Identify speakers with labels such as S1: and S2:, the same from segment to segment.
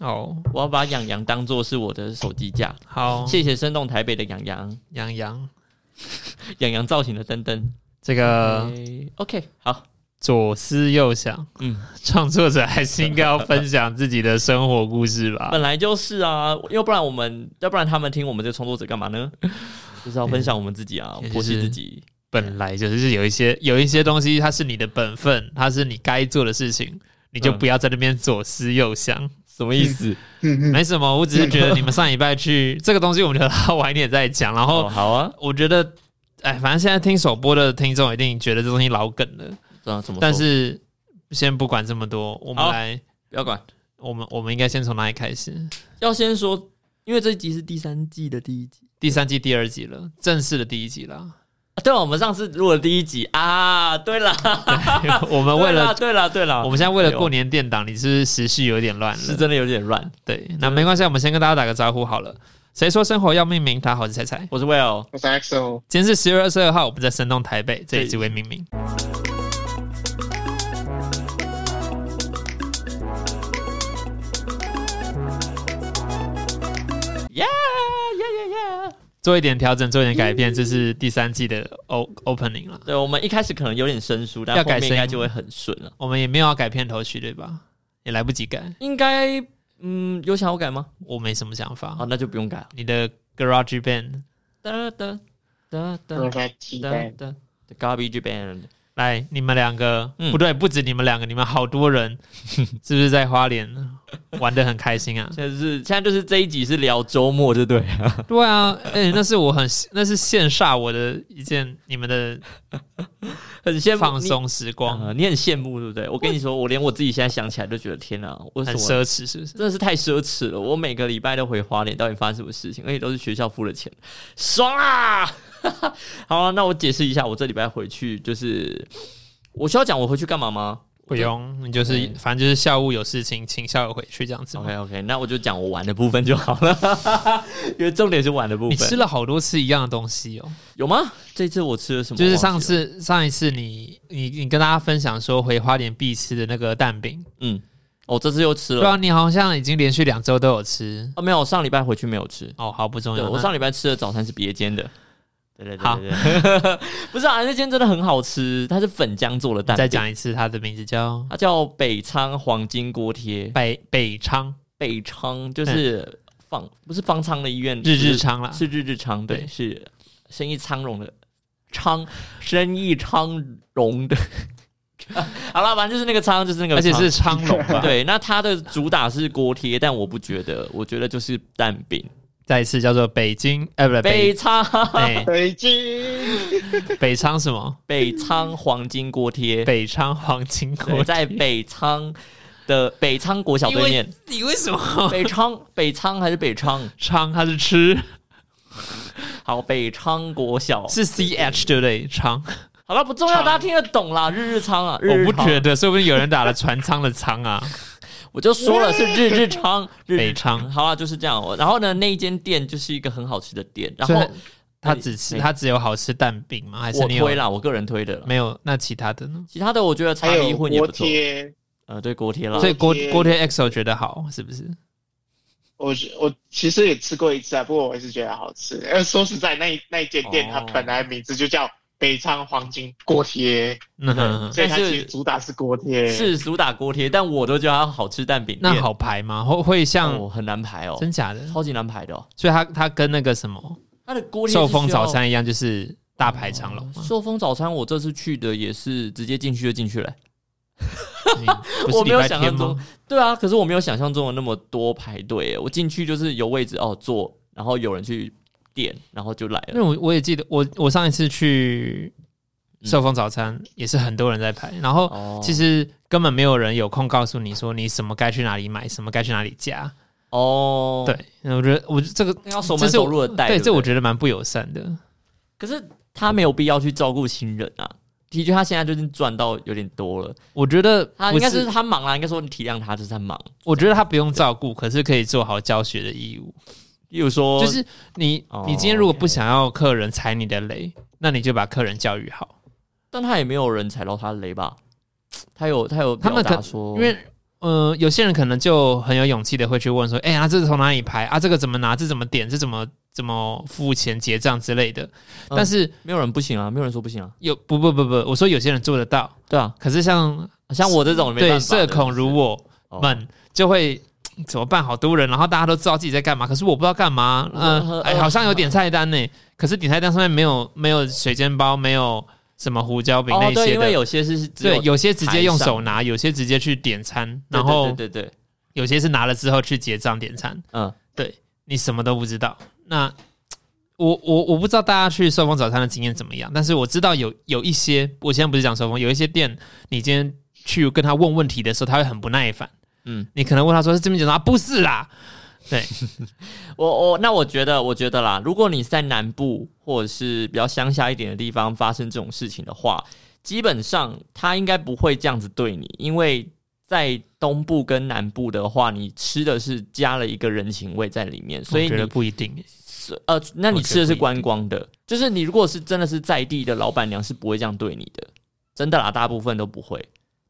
S1: 哦，
S2: 我要把养羊当做是我的手机架。
S1: 好，
S2: 谢谢生动台北的养羊，
S1: 杨洋，
S2: 养羊造型的灯灯。
S1: 这
S2: 哎
S1: 个
S2: 诶 OK，好，
S1: 左思右想，
S2: 嗯，
S1: 创作者还是应该要分享自己的生活故事吧。
S2: 本来就是啊，要不然我们，要不然他们听我们这个创作者干嘛 呢？就是要分享我们自己 啊，
S1: 也是
S2: 剖析自己。
S1: 本来就是有一些有一些东西，它是你的本分，它是你该做的事情，你就
S2: 嗯
S1: 不要在那边左思右想。
S2: 什么意思？嗯
S3: 嗯
S1: 没什么，我只是觉得你们上礼拜去这个东西，我们留到晚一点再讲。然
S2: 哦，
S1: 后
S2: 好啊，
S1: 我觉得，哎，反正现在听首播的听众一定觉得这东西老梗了，
S2: 啊，怎么说？
S1: 但是先不管这么多，我们
S2: 好
S1: 来，
S2: 不要管，
S1: 我们我们应该先从哪里开始？
S2: 要先说，因为这一集是第三季的第一集。
S1: 第三季第二集了，正式的第一集 了。
S2: 啊对了，我们上次录了第一集啊。对 了，
S1: 我们为了
S2: 对了，对了，
S1: 我们现在为了过年垫档，你是不是时序有点乱
S2: 是
S1: 了？
S2: 真的有点乱。
S1: 对，那没关系，我们先跟大家打个招呼好了。谁说生活要命名？他好，我是彩彩。
S2: 我是 Will，
S3: 我是 XO，
S1: 今天是十月二十二号，我们在生动台北，这里是为命名。
S2: 耶耶耶耶！
S1: 做一点调整，做一点改
S2: 嗯
S1: 变，这是第三季的 O opening 了。
S2: 对，我们一开始可能有点生疏，但
S1: 要
S2: 后
S1: 改
S2: 面应该
S1: 声音
S2: 就会很顺了。
S1: 我们也没有要改片头曲，对吧？也来不及改，
S2: 应该，嗯，有想要改吗？
S1: 我没什么想法
S2: 好，。那就不用改了。
S1: 你的 Garage Band
S2: 哒哒哒哒
S3: 我在期
S2: 哒
S3: 待。
S2: 哒，The Garbage Band。
S1: 来，你们两个、
S2: 嗯
S1: 不对，不止你们两个，你们好多 人是不是在花莲玩的很开心啊？
S2: 现在是现在就是这一集是聊周末，就对了。
S1: 对啊，哎、那是我很那是羡煞我的一件你们的
S2: 很羡慕
S1: 放松时
S2: 你、
S1: 光，
S2: 呃你很羡慕，对不对？我跟你说，我连我自己现在想起来都觉得天啊，为什
S1: 很
S2: 么
S1: 奢侈，是不是？
S2: 真的是太奢侈了？我每个礼拜都回花莲，到底发生什么事情？而且都是学校付的钱，爽啊！ 好啊，那我解释一下，我这礼拜回去就是，我需要讲我回去干嘛吗？
S1: 不用，你就是
S2: 对
S1: 反正就是校务有事情，请校友回去这样子嘛。
S2: OK OK，那我就讲我玩的部分就好了， 因为重点是玩的部
S1: 你
S2: 分。
S1: 吃了好多次一样的东西哦，
S2: 有吗？这次我吃了什么？
S1: 就是上
S2: 忘记了，
S1: 次上一次你你你跟大家分享说回花莲必吃的那个蛋饼，
S2: 嗯，我、这次又吃
S1: 对
S2: 了。
S1: 啊，你好像已经连续两周都有吃
S2: 啊，没有，我上礼拜回去没有吃。
S1: 哦，好不重
S2: 对，
S1: 要。
S2: 我
S1: 那
S2: 上礼拜吃的早餐是别间的。对对
S1: 好
S2: 对对对， 不是啊，那间真的很好吃，它是粉浆做的蛋
S1: 你再
S2: 饼，
S1: 讲一次，它的名字叫
S2: 它叫北昌黄金锅贴。
S1: 北北昌
S2: 北昌就是方，不是方舱的医院，
S1: 嗯日日
S2: 是
S1: 昌啦，
S2: 是日日昌，对，
S1: 对
S2: 是生意昌隆的昌，生意昌隆的。 好了，反正就是那个昌，就是那个
S1: 而
S2: 昌，
S1: 且是昌隆 吧？，
S2: 对。那它的主打是锅贴，但我不觉得，我觉得就是蛋饼。
S1: 再一次叫做北京，呃，不是
S2: 北
S1: 北
S2: 昌
S1: 哎
S3: 北京，
S1: 北昌什么？
S2: 北昌黄金锅贴，
S1: 北昌黄金
S2: 对
S1: 国
S2: 在北昌的北昌国小对面。
S1: 你为什么
S2: 北昌，北昌还是北昌？
S1: 昌？它是吃
S2: 好，北昌国小。
S1: 是 C H 对不对？昌，
S2: 好了，不重要，
S3: 昌
S2: 大家听得懂啦。日日昌啊，日日
S1: 我不
S2: 昌
S1: 觉得，说不定有人打了船舱的舱啊。
S2: 我就说了是日 日昌， 日
S1: 北
S2: 日
S1: 昌
S2: 好啦，就是这样。哦我然后呢，那一间店就是一个很好吃的店，然后
S1: 所以它只吃
S2: 对
S1: 它只有好吃蛋饼吗？还是
S2: 我
S1: 你有
S2: 推啦，我个人推的啦。
S1: 没有？那其他的呢？
S2: 其他的我觉得
S3: 还
S2: 茶米
S3: 有
S2: 混也
S3: 锅
S2: 不错，
S3: 贴，
S2: 呃，对锅贴啦
S1: 所。以锅
S3: 锅贴
S1: 锅贴 XO 觉得好是不是？
S3: 我我其实也吃过一次啊，不过我还是觉得好吃。呃，说实在，那一那一间店它
S2: 哦
S3: 本来名字就叫北昌黄金锅贴，
S1: 嗯哼，
S3: 所以它
S2: 但是
S3: 其实主打是锅贴。
S2: 是主打锅贴，但我都觉得它好吃蛋饼店。
S1: 那好排吗？会会像
S2: 哦，很难排哦，
S1: 真假的？
S2: 超级难排的哦。
S1: 所以它它跟那个什么
S2: 它的锅贴是
S1: 寿丰
S2: 需要哦
S1: 早餐一样，就是大排长龙吗？
S2: 寿丰早餐，我这次去的也是直接进去就进去了、
S1: 你嗯不是
S2: 我
S1: 礼
S2: 没有
S1: 拜
S2: 想
S1: 天
S2: 象中
S1: 吗？
S2: 对啊，可是我没有想象中的那么多排队。我进去就是有位置哦，坐，然后有人去点，然后就来了。
S1: 那我我也记得，我我上一次去
S2: 嗯
S1: 寿丰早餐、也是很多人在排，然后
S2: 哦
S1: 其实根本没有人有空告诉你说你什么该去哪里买，什么该去哪里加。
S2: 哦，
S1: 对，那我觉得我这个
S2: 那要熟
S1: 这
S2: 门
S1: 是我
S2: 熟路的带。对不对，
S1: 这我觉得蛮不友善的。
S2: 可是他没有必要去照顾新人啊。的确，他现在就是赚到有点多了。
S1: 我觉得
S2: 他
S1: 不
S2: 啊应该是他忙啦，应该说你体谅他，就是他忙。
S1: 我觉得他不用照顾，可是可以做好教学的义务。
S2: 例如说，
S1: 就是你
S2: 哦
S1: 你今天如果
S2: OK
S1: 不想要客人踩你的雷，那你就把客人教育好。
S2: 但他也没有人踩到他的雷吧？他有，他有
S1: 他们
S2: 表达
S1: 可
S2: 说，
S1: 因为呃，有些人可能就很有勇气的会去问说，哎、呀，这是从哪里排啊？这个怎么拿？这怎么点？这怎么怎么付钱结账之类的？
S2: 嗯
S1: 但是
S2: 没有人不行啊，没有人说不行啊，
S1: 有不不不不，我说有些人做得到，
S2: 对啊，
S1: 可是像
S2: 像我这种没
S1: 对
S2: 办法的哦
S1: 社恐如我们就会。嘖怎么办？好多人，然后大家都知道自己在干嘛，可是我不知道干嘛。嗯、
S2: 呃
S1: 哎，好像有点菜单呢，可是点菜单上面没有没有水煎包，没有什么胡椒饼
S2: 哦
S1: 那
S2: 对，
S1: 些
S2: 因为
S1: 的。
S2: 有些是只
S1: 对，
S2: 有
S1: 有些直接用
S2: 台上
S1: 手拿，有些直接去点餐，
S2: 对
S1: 然后
S2: 对对对对，
S1: 有些是拿了之后去结账点餐，
S2: 嗯，
S1: 你什么都不知道。那我我我不知道大家去寿丰早餐的经验怎么样，但是我知道有有一些，我现在不是讲寿丰，有一些店，你今天去跟他问问题的时候，他会很不耐烦。
S2: 嗯，
S1: 你可能问他说是这边讲啊，不是啦，
S2: 我我那我觉得我觉得啦，如果你在南部或者是比较乡下一点的地方发生这种事情的话，基本上他应该不会这样子对你，因为在东部跟南部的话，你吃的是加了一个人情味在里面，所以
S1: 我觉
S2: 你
S1: 得不一定。
S2: 呃，那你
S1: 我觉得
S2: 吃的
S1: 不
S2: 是
S1: 一定
S2: 观光的，就是你如果是真的是在地的老板娘是不会这样对你的，真的啦，大部分都不会。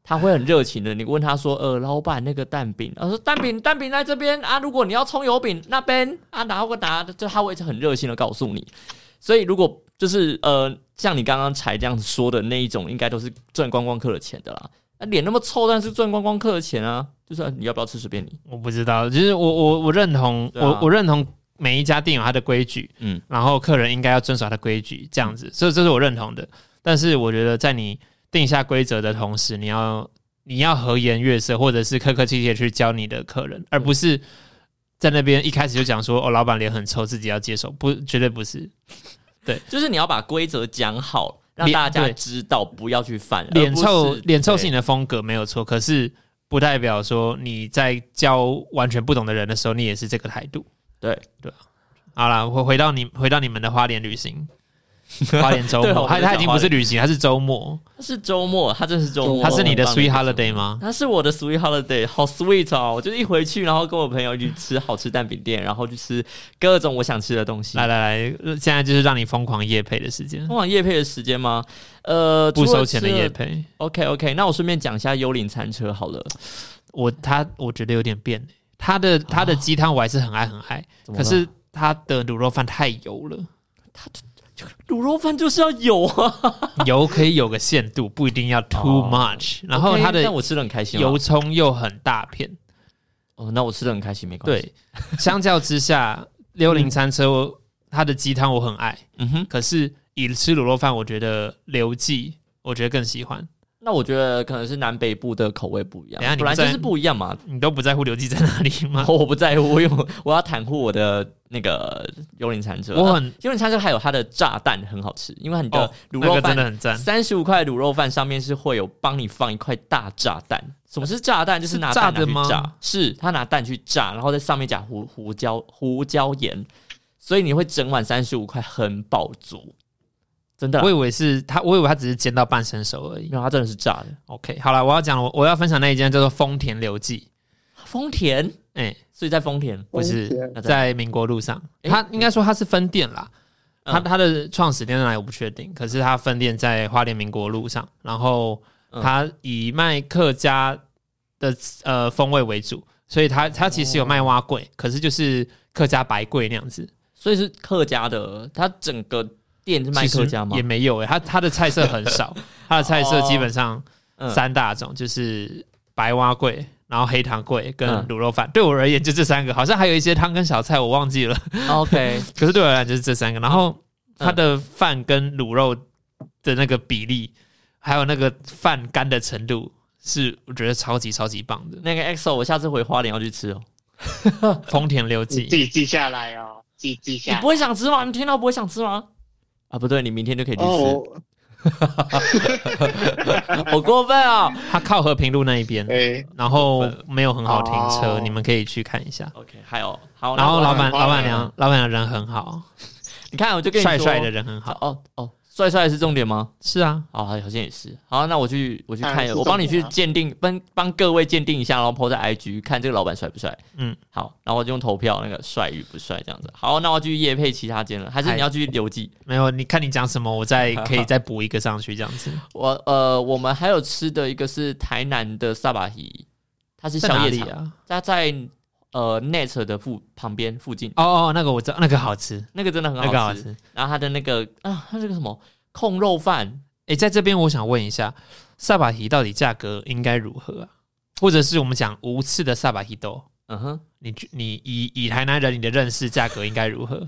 S2: 他会很热情的，你问他说：“呃，老板，那个蛋饼，他、说蛋饼，蛋饼在这边啊。如果你要葱油饼那边啊，拿个拿，就他会很热心的告诉你。所以如果就是呃，像你刚刚才这样子说的那一种，应该都是赚观光客的钱的啦。那、脸那么臭，但是赚观光客的钱啊，就是、呃你要不要吃随便你。
S1: 我不知道，就是我我我认同，
S2: 对啊
S1: 我我认同每一家店有它的规矩，
S2: 嗯，
S1: 然后客人应该要遵守它的规矩，这样子，所以这是我认同的。但是我觉得在你定下规则的同时，你要你要和颜悦色，或者是客客气气的去教你的客人，而不是在那边一开始就讲说哦，老板脸很臭，自己要接受，不，绝对不是。
S2: 就是你要把规则讲好，让
S1: 脸
S2: 大家
S1: 对
S2: 知道不要去犯。而
S1: 脸
S2: 不
S1: 臭
S2: 是
S1: 脸臭是你
S2: 对
S1: 的风格没有错，可是不代表说你在教完全不懂的人的时候，你也是这个态度。
S2: 对
S1: 对啊，好啦，回回到你回到你们的花莲旅行，花莲 周
S2: 对我
S1: 末，
S2: 们
S1: 它
S2: 在
S1: 它已经不是旅行，它是周末，
S2: 它是周末，它真的是周末。
S1: 它是你的 sweet
S2: 很棒
S1: holiday 吗？
S2: 它是我的 sweet holiday，好 sweet 哦！我就是一回去，然后跟我朋友去吃好吃蛋饼店，然后去吃各种我想吃的东西。
S1: 来来来，现在就是让你疯狂夜配的时间，
S2: 通往夜配的时间吗？呃，
S1: 不
S2: 除了
S1: 收钱的
S2: 吃了
S1: 夜配。
S2: OK OK，那我顺便讲一下幽灵餐车好了。
S1: 我他我觉得有点变，欸他的他的鸡汤我还是很爱很爱，
S2: 啊怎么
S1: 可
S2: 了
S1: 是他的卤肉饭太油 了，
S2: 卤肉饭就是要有啊，
S1: 油可以有个限度，不一定要 too
S2: 哦
S1: much。然后
S2: OK，
S1: 它的
S2: 但我吃的很开心啊。
S1: 油葱又很大片，
S2: 哦，那我吃的很开心，没关系。
S1: 对，相较之下，幽灵餐车我
S2: 嗯
S1: 它的鸡汤我很爱，
S2: 对，嗯哼。
S1: 可是以吃卤肉饭，我觉得刘记我觉得更喜欢。
S2: 那我觉得可能是南北部的口味不一
S1: 等
S2: 样
S1: 一下，你不
S2: 本来就
S1: 在
S2: 是不一样嘛。
S1: 你都不在乎刘记在哪里吗？
S2: 我不在乎，因为我我要袒护我的那个幽灵餐车。
S1: 我
S2: 啊
S1: 很
S2: 幽灵餐车还有它的炸弹很好吃，因为你的
S1: 哦，
S2: 卤
S1: 那
S2: 肉
S1: 个真的
S2: 饭
S1: 很赞。
S2: 三十五块卤肉饭上面是会有帮你放一块大炸弹。什么是炸弹？就是
S1: 是
S2: 拿
S1: 炸
S2: 蛋拿
S1: 的
S2: 去
S1: 吗
S2: 炸，是他拿蛋去炸，然后在上面加胡胡椒胡椒盐，所以你会整碗三十五块很饱足，真的啦。
S1: 我以为是他，我以为他只是煎到半生熟而已
S2: 没。有，它真的是炸的。
S1: OK，好了，我要讲我我要分享那一间叫做丰田刘记，
S2: 丰田，
S1: 哎、
S2: 所以在丰田，
S1: 不是
S2: 那在
S1: 在民国路上，
S2: 哎
S1: 它应该说它是分店啦。
S2: 嗯
S1: 它它的创始店在哪里我不确定，可是它分店在花莲民国路上，然后
S2: 嗯
S1: 它以卖客家的呃风味为主，所以它它其实有卖
S2: 哦
S1: 蛙桂，可是就是客家白桂那样子。
S2: 所以是客家的，它整个店是卖
S1: 其实
S2: 客家吗
S1: 也？没有诶、它它的菜色很 少，它的菜色基本上
S2: 嗯
S1: 三大种，就是白蛙桂。然后黑糖桂跟
S2: 嗯
S1: 卤肉饭，对我而言就这三个，好像还有一些汤跟小菜我忘记了。
S2: 哦 ，OK，
S1: 可是对我来讲就是这三个，然后它的饭跟卤肉的那个比例，还有那个饭干的程度，是我觉得超级超级棒 的。
S2: 那个 EXO，我下次回花莲要去吃哦。
S1: 丰田六
S3: 你自
S1: 记，
S3: 己记下来哦，记记
S2: 你
S3: 下
S2: 不。会想吃吗？你听到不会想吃吗？啊，不对，你明天就可以去吃，
S3: 哦，
S2: 好过分啊、
S1: 它靠和平路那一边，
S3: 对，
S1: 然后没有很好停车，
S3: 哦
S1: 你们可以去看一下。
S2: OK，还有好，
S1: 然后
S2: 那
S1: 老
S2: 我
S1: 板
S3: 很棒
S1: 老
S3: 啊
S1: 板娘老板娘人很好，
S2: 你看我就跟你说
S1: 帅帅的，人很好。
S2: 哦哦，帅帅是重点吗？
S1: 是啊，
S2: 哦，好像也是。好，那我去我去
S3: 当
S2: 看
S3: 然，是
S2: 我帮你
S3: 重
S2: 去
S3: 点啊
S2: 鉴定，帮帮各位鉴定一下，然后 PO 在 IG 看这个老板帅不帅。
S1: 嗯，
S2: 好，然后我就用投票那个帅与不帅这样子。好，那我要去夜配其他间了，还是
S1: 嗨
S2: 你要去留记？
S1: 没有，你看你讲什么，我再可以再补一个 上去这样子。
S2: 我呃，我们还有吃的一个是台南的萨巴希，它是
S1: 在
S2: 宵
S1: 哪
S2: 夜
S1: 里
S2: 场，
S1: 啊？
S2: 它在呃 Net 的附旁边附近，
S1: 哦哦，那个我知道，那个好吃，
S2: 那个真的很
S1: 那个
S2: 好
S1: 好
S2: 吃。
S1: 吃。
S2: 然后它的那个啊，它这个什么控肉饭，
S1: 哎，在这边我想问一下，萨巴提到底价格应该如何啊？或者是我们讲无刺的萨巴提豆，
S2: 嗯哼，
S1: 你觉你以以台南人你的认识，价格应该如何？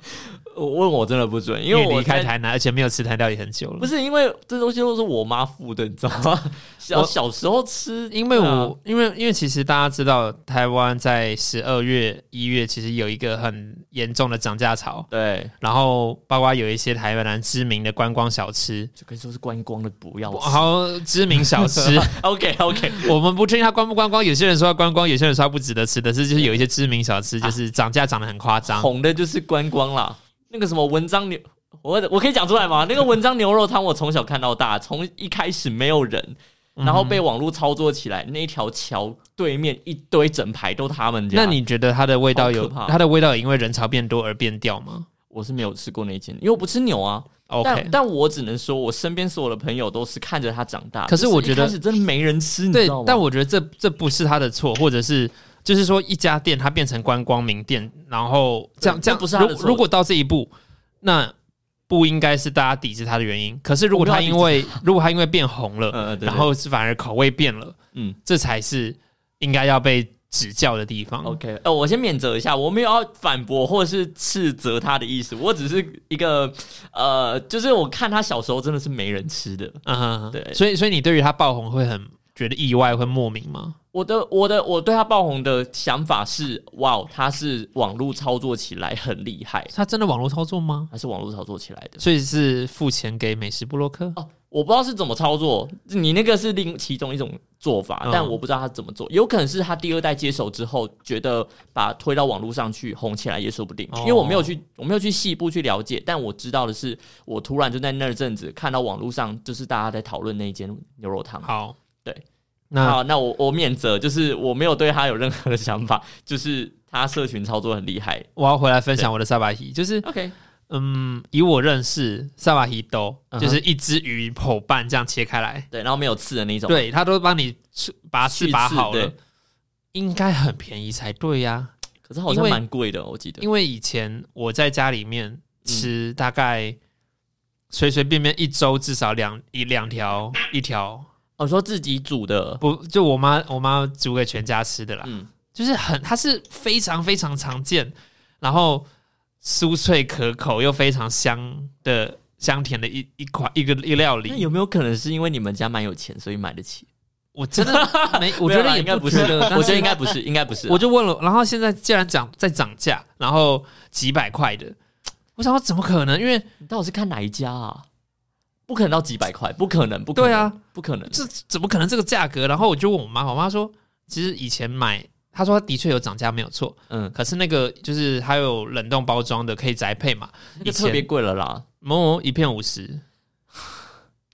S2: 我呃问我真的不准， 因为我
S1: 离开
S2: 在
S1: 台南，而且没有吃台料理很久了。
S2: 不是因为这东西都是我妈付的，你知道 吗？小
S1: 我
S2: 小时候吃，
S1: 因为我、
S2: 对啊
S1: 因为因为其实大家知道，台湾在十二月、一月其实有一个很严重的涨价潮，
S2: 对，
S1: 然后包括有一些台南知名的观光小吃，
S2: 就跟你说是观光的不要
S1: 然后知名小 吃，
S2: OK OK，
S1: 我们不确定它观不观光，有些人说它观光，有些人说它不值得吃，但是就是有一些知名小吃就是涨价涨得很夸张。
S2: 红的就是观光啦。那个什么文章牛，我我可以讲出来吗？那个文章牛肉汤，我从小看到大，从一开始没有人，
S1: 嗯
S2: 然后被网络操作起来，那一条桥对面一堆整排都他们家。
S1: 那你觉得它的味道有
S2: 好可怕
S1: 它的味道有因为人潮变多而变掉吗
S2: 我是没有吃过那间，因为我不吃牛啊。
S1: ？OK，
S2: 但但我只能说，我身边所有的朋友都是看着它长大。
S1: 可是我觉得
S2: 就一开始真的没人吃，你
S1: 对
S2: 知道吗？，
S1: 但我觉得这这不是他的错，或者是就是说一家店它变成观光名店，然后这样
S2: 对
S1: 这样
S2: 那不是他的
S1: 如
S2: 错
S1: 如果到这一步，那不应该是大家抵制它的原因。可是如果
S2: 我
S1: 它
S2: 没有要抵
S1: 因为如果它因为变红了，
S2: 呃，对
S1: 然后是反而口味变了，
S2: 嗯。
S1: 这才是应该要被指教的地方。
S2: OK，呃，我先免责一下，我没有要反驳或是斥责他的意思，我只是一个呃，就是我看他小时候真的是没人吃的，
S1: 嗯哼哼
S2: 对
S1: 所以所以你对于它爆红会很觉得意外，会莫名吗？
S2: 我的我的我对他爆红的想法是，哇，哦他是网络操作起来很厉害，
S1: 它真的网络操作吗？
S2: 他是网络操作起来的。
S1: 所以是付钱给美食布洛克？
S2: 哦，我不知道是怎么操作，你那个是另其中一种做法，
S1: 嗯
S2: 但我不知道他怎么做，有可能是他第二代接手之后，觉得把推到网络上去红起来也说不定，
S1: 哦
S2: 因为我没有去，我没有去细部去了解，但我知道的是，我突然就在那阵子看到网络上就是大家在讨论那一间牛肉汤。
S1: 好，
S2: 对，
S1: 那
S2: 好，那我我免责，就是我没有对他有任何的想法，就是他社群操作很厉害。
S1: 我要回来分享我的萨巴提，就是
S2: OK，
S1: 嗯，以我认识萨巴提兜，
S2: 嗯哼
S1: 就是一只鱼剖半这样切开来，
S2: 对，然后没有刺的那种，，
S1: 对，他都帮你拔刺
S2: 去
S1: 拔
S2: 刺
S1: 好了
S2: 对，
S1: 应该很便宜才对呀、
S2: 可是好
S1: 因
S2: 像
S1: 为
S2: 蛮贵的，我记得。
S1: 因为以前我在家里面
S2: 嗯
S1: 吃，大概随随便便一周至少两一两条一条，
S2: 我哦说自己煮的，
S1: 不就我妈我妈煮给全家吃的啦，
S2: 嗯，
S1: 就是很它是非常非常常见，然后酥脆可口又非常香的香甜的一一款一个一料
S2: 那
S1: 理。
S2: 有没有可能是因为你们家蛮有钱，所以买得起？
S1: 我 真的没，我
S2: 没
S1: 觉得
S2: 有啦
S1: 也
S2: 应该不
S1: 不
S2: 是，
S1: 觉得但
S2: 我觉得应该不是，应该不是啊。
S1: 我就问了，然后现在既然涨在涨价，然后几百块的，我想说怎么可能？因为
S2: 你到底是看哪一家啊？不可能到几百块，不可能，不可能
S1: 对啊，
S2: 不可能。
S1: 这怎么可能这个价格？然后我就问我妈，我妈说其实以前买。她说的确有涨价，没有错。
S2: 嗯，
S1: 可是那个就是还有冷冻包装的，可以宅配嘛？
S2: 那
S1: 以
S2: 个特别
S1: 前
S2: 贵了啦。
S1: 某某一片五十，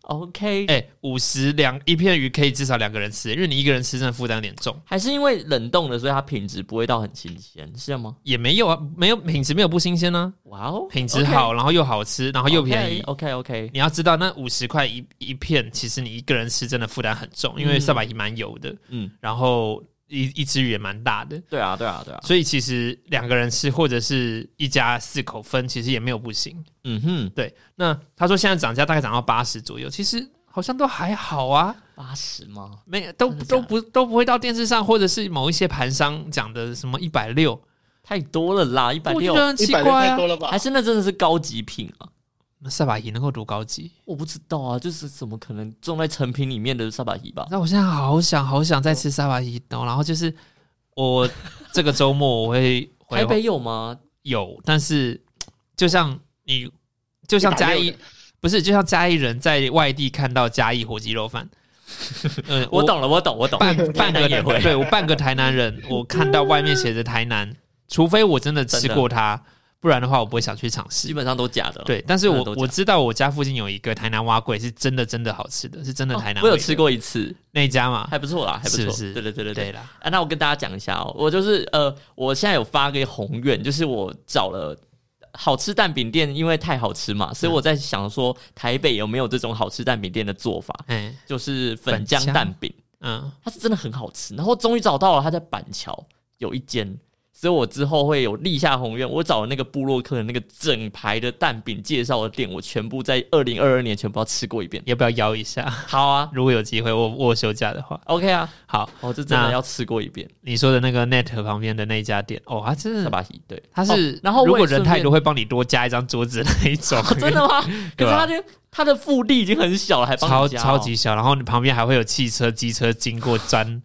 S2: OK，、
S1: 哎、五十两一片鱼可以至少两个人吃，因为你一个人吃真的负担有点重。
S2: 还是因为冷冻的，所以它品质不会到很新鲜，是吗？
S1: 也没有啊，没有品质没有不新鲜呢、
S2: 哇哦，
S1: 品质好然后又好吃，然后又便宜。
S2: OK OK，
S1: 你要知道，那五十块一一片，其实你一个人吃真的负担很重，因为
S2: 嗯
S1: 萨巴提蛮油的，
S2: 嗯，
S1: 然后一一只鱼也蛮大的，
S2: 对啊对啊对啊，
S1: 所以其实两个人吃或者是一家四口分，其实也没有不行。
S2: 嗯哼，
S1: 对，那他说现在涨价大概涨到八十左右，其实好像都还好啊。
S2: 八十吗？
S1: 没有，都
S2: 真的假
S1: 都
S2: 的
S1: 不都不会到电视上，或者是某一些盘商讲的什么一百六，
S2: 太多了啦，一百
S1: 我觉
S2: 六，
S1: 得很奇
S3: 一百块
S1: 怪
S3: 太
S1: 啊
S3: 多。了吧
S2: 还？是那真的是高级品啊？
S1: 那萨巴提能够多高级？
S2: 我不知道啊，就是怎么可能种在成品里面的萨巴提吧？
S1: 那我现在好想好想再吃萨巴提哦，然后就是我这个周末我会哦回
S2: 台北有吗？
S1: 有，但是就像你，就像嘉
S3: 160
S1: 义
S3: 的，
S1: 不是就像嘉义人在外地看到嘉义火鸡肉 饭，嗯，
S2: 我懂了，我懂，我懂。
S1: 半
S2: 台
S1: 半
S2: 南
S1: 个
S2: 也会
S1: 对我半个台南人，我看到外面写着台南，除非我真的吃
S2: 真的
S1: 过它，不然的话我不会想去尝
S2: 基
S1: 试。
S2: 本上都假的。
S1: 对，但是我
S2: 真的都假
S1: 我知道我家附近有一个台南蛙柜，是真的真的好吃的，是真的
S2: 哦，
S1: 台南、
S2: 我有吃过一次，
S1: 那一家嘛？
S2: 还不错啦，还不
S1: 是
S2: 错。
S1: 不是
S2: 对对对对
S1: 对
S2: 对。
S1: 啦，
S2: 啊，那我跟大家讲一下哦，我就是呃，我现在有发给宏愿，就是我找了。呃好吃蛋饼店因为太好吃
S1: 嗯
S2: 嘛，所以我在想说台北有没有这种好吃蛋饼店的做法，
S1: 哎，
S2: 就是粉浆蛋饼。
S1: 嗯，
S2: 它是真的很好吃。然后终于找到了，它在板桥有一间，所以我之后会有立下宏愿，我找那个布洛克的那个整排的蛋饼介绍的店，我全部在二零二二年全部要吃过一遍。
S1: 要不要邀一下？
S2: 好啊
S1: 如果有机会，我我有休假的话，
S2: ，OK 啊，
S1: 好，
S2: 哦，这真的
S1: 那
S2: 要吃过一遍，
S1: 你说的那个 Net 旁边的那一家店，哦，它真
S2: 萨
S1: 的，
S2: 巴希对。
S1: 它是、
S2: 哦然后我也
S1: 如果人太
S2: 顺哦
S1: 多，会帮你多加一张桌子那一种，
S2: 真的吗？可
S1: 对
S2: 是
S1: 吧
S2: 他的他的腹地已经很小了，还帮
S1: 超
S2: 你加哦
S1: 超级小，然后你旁边还会有汽车、机车经过钻，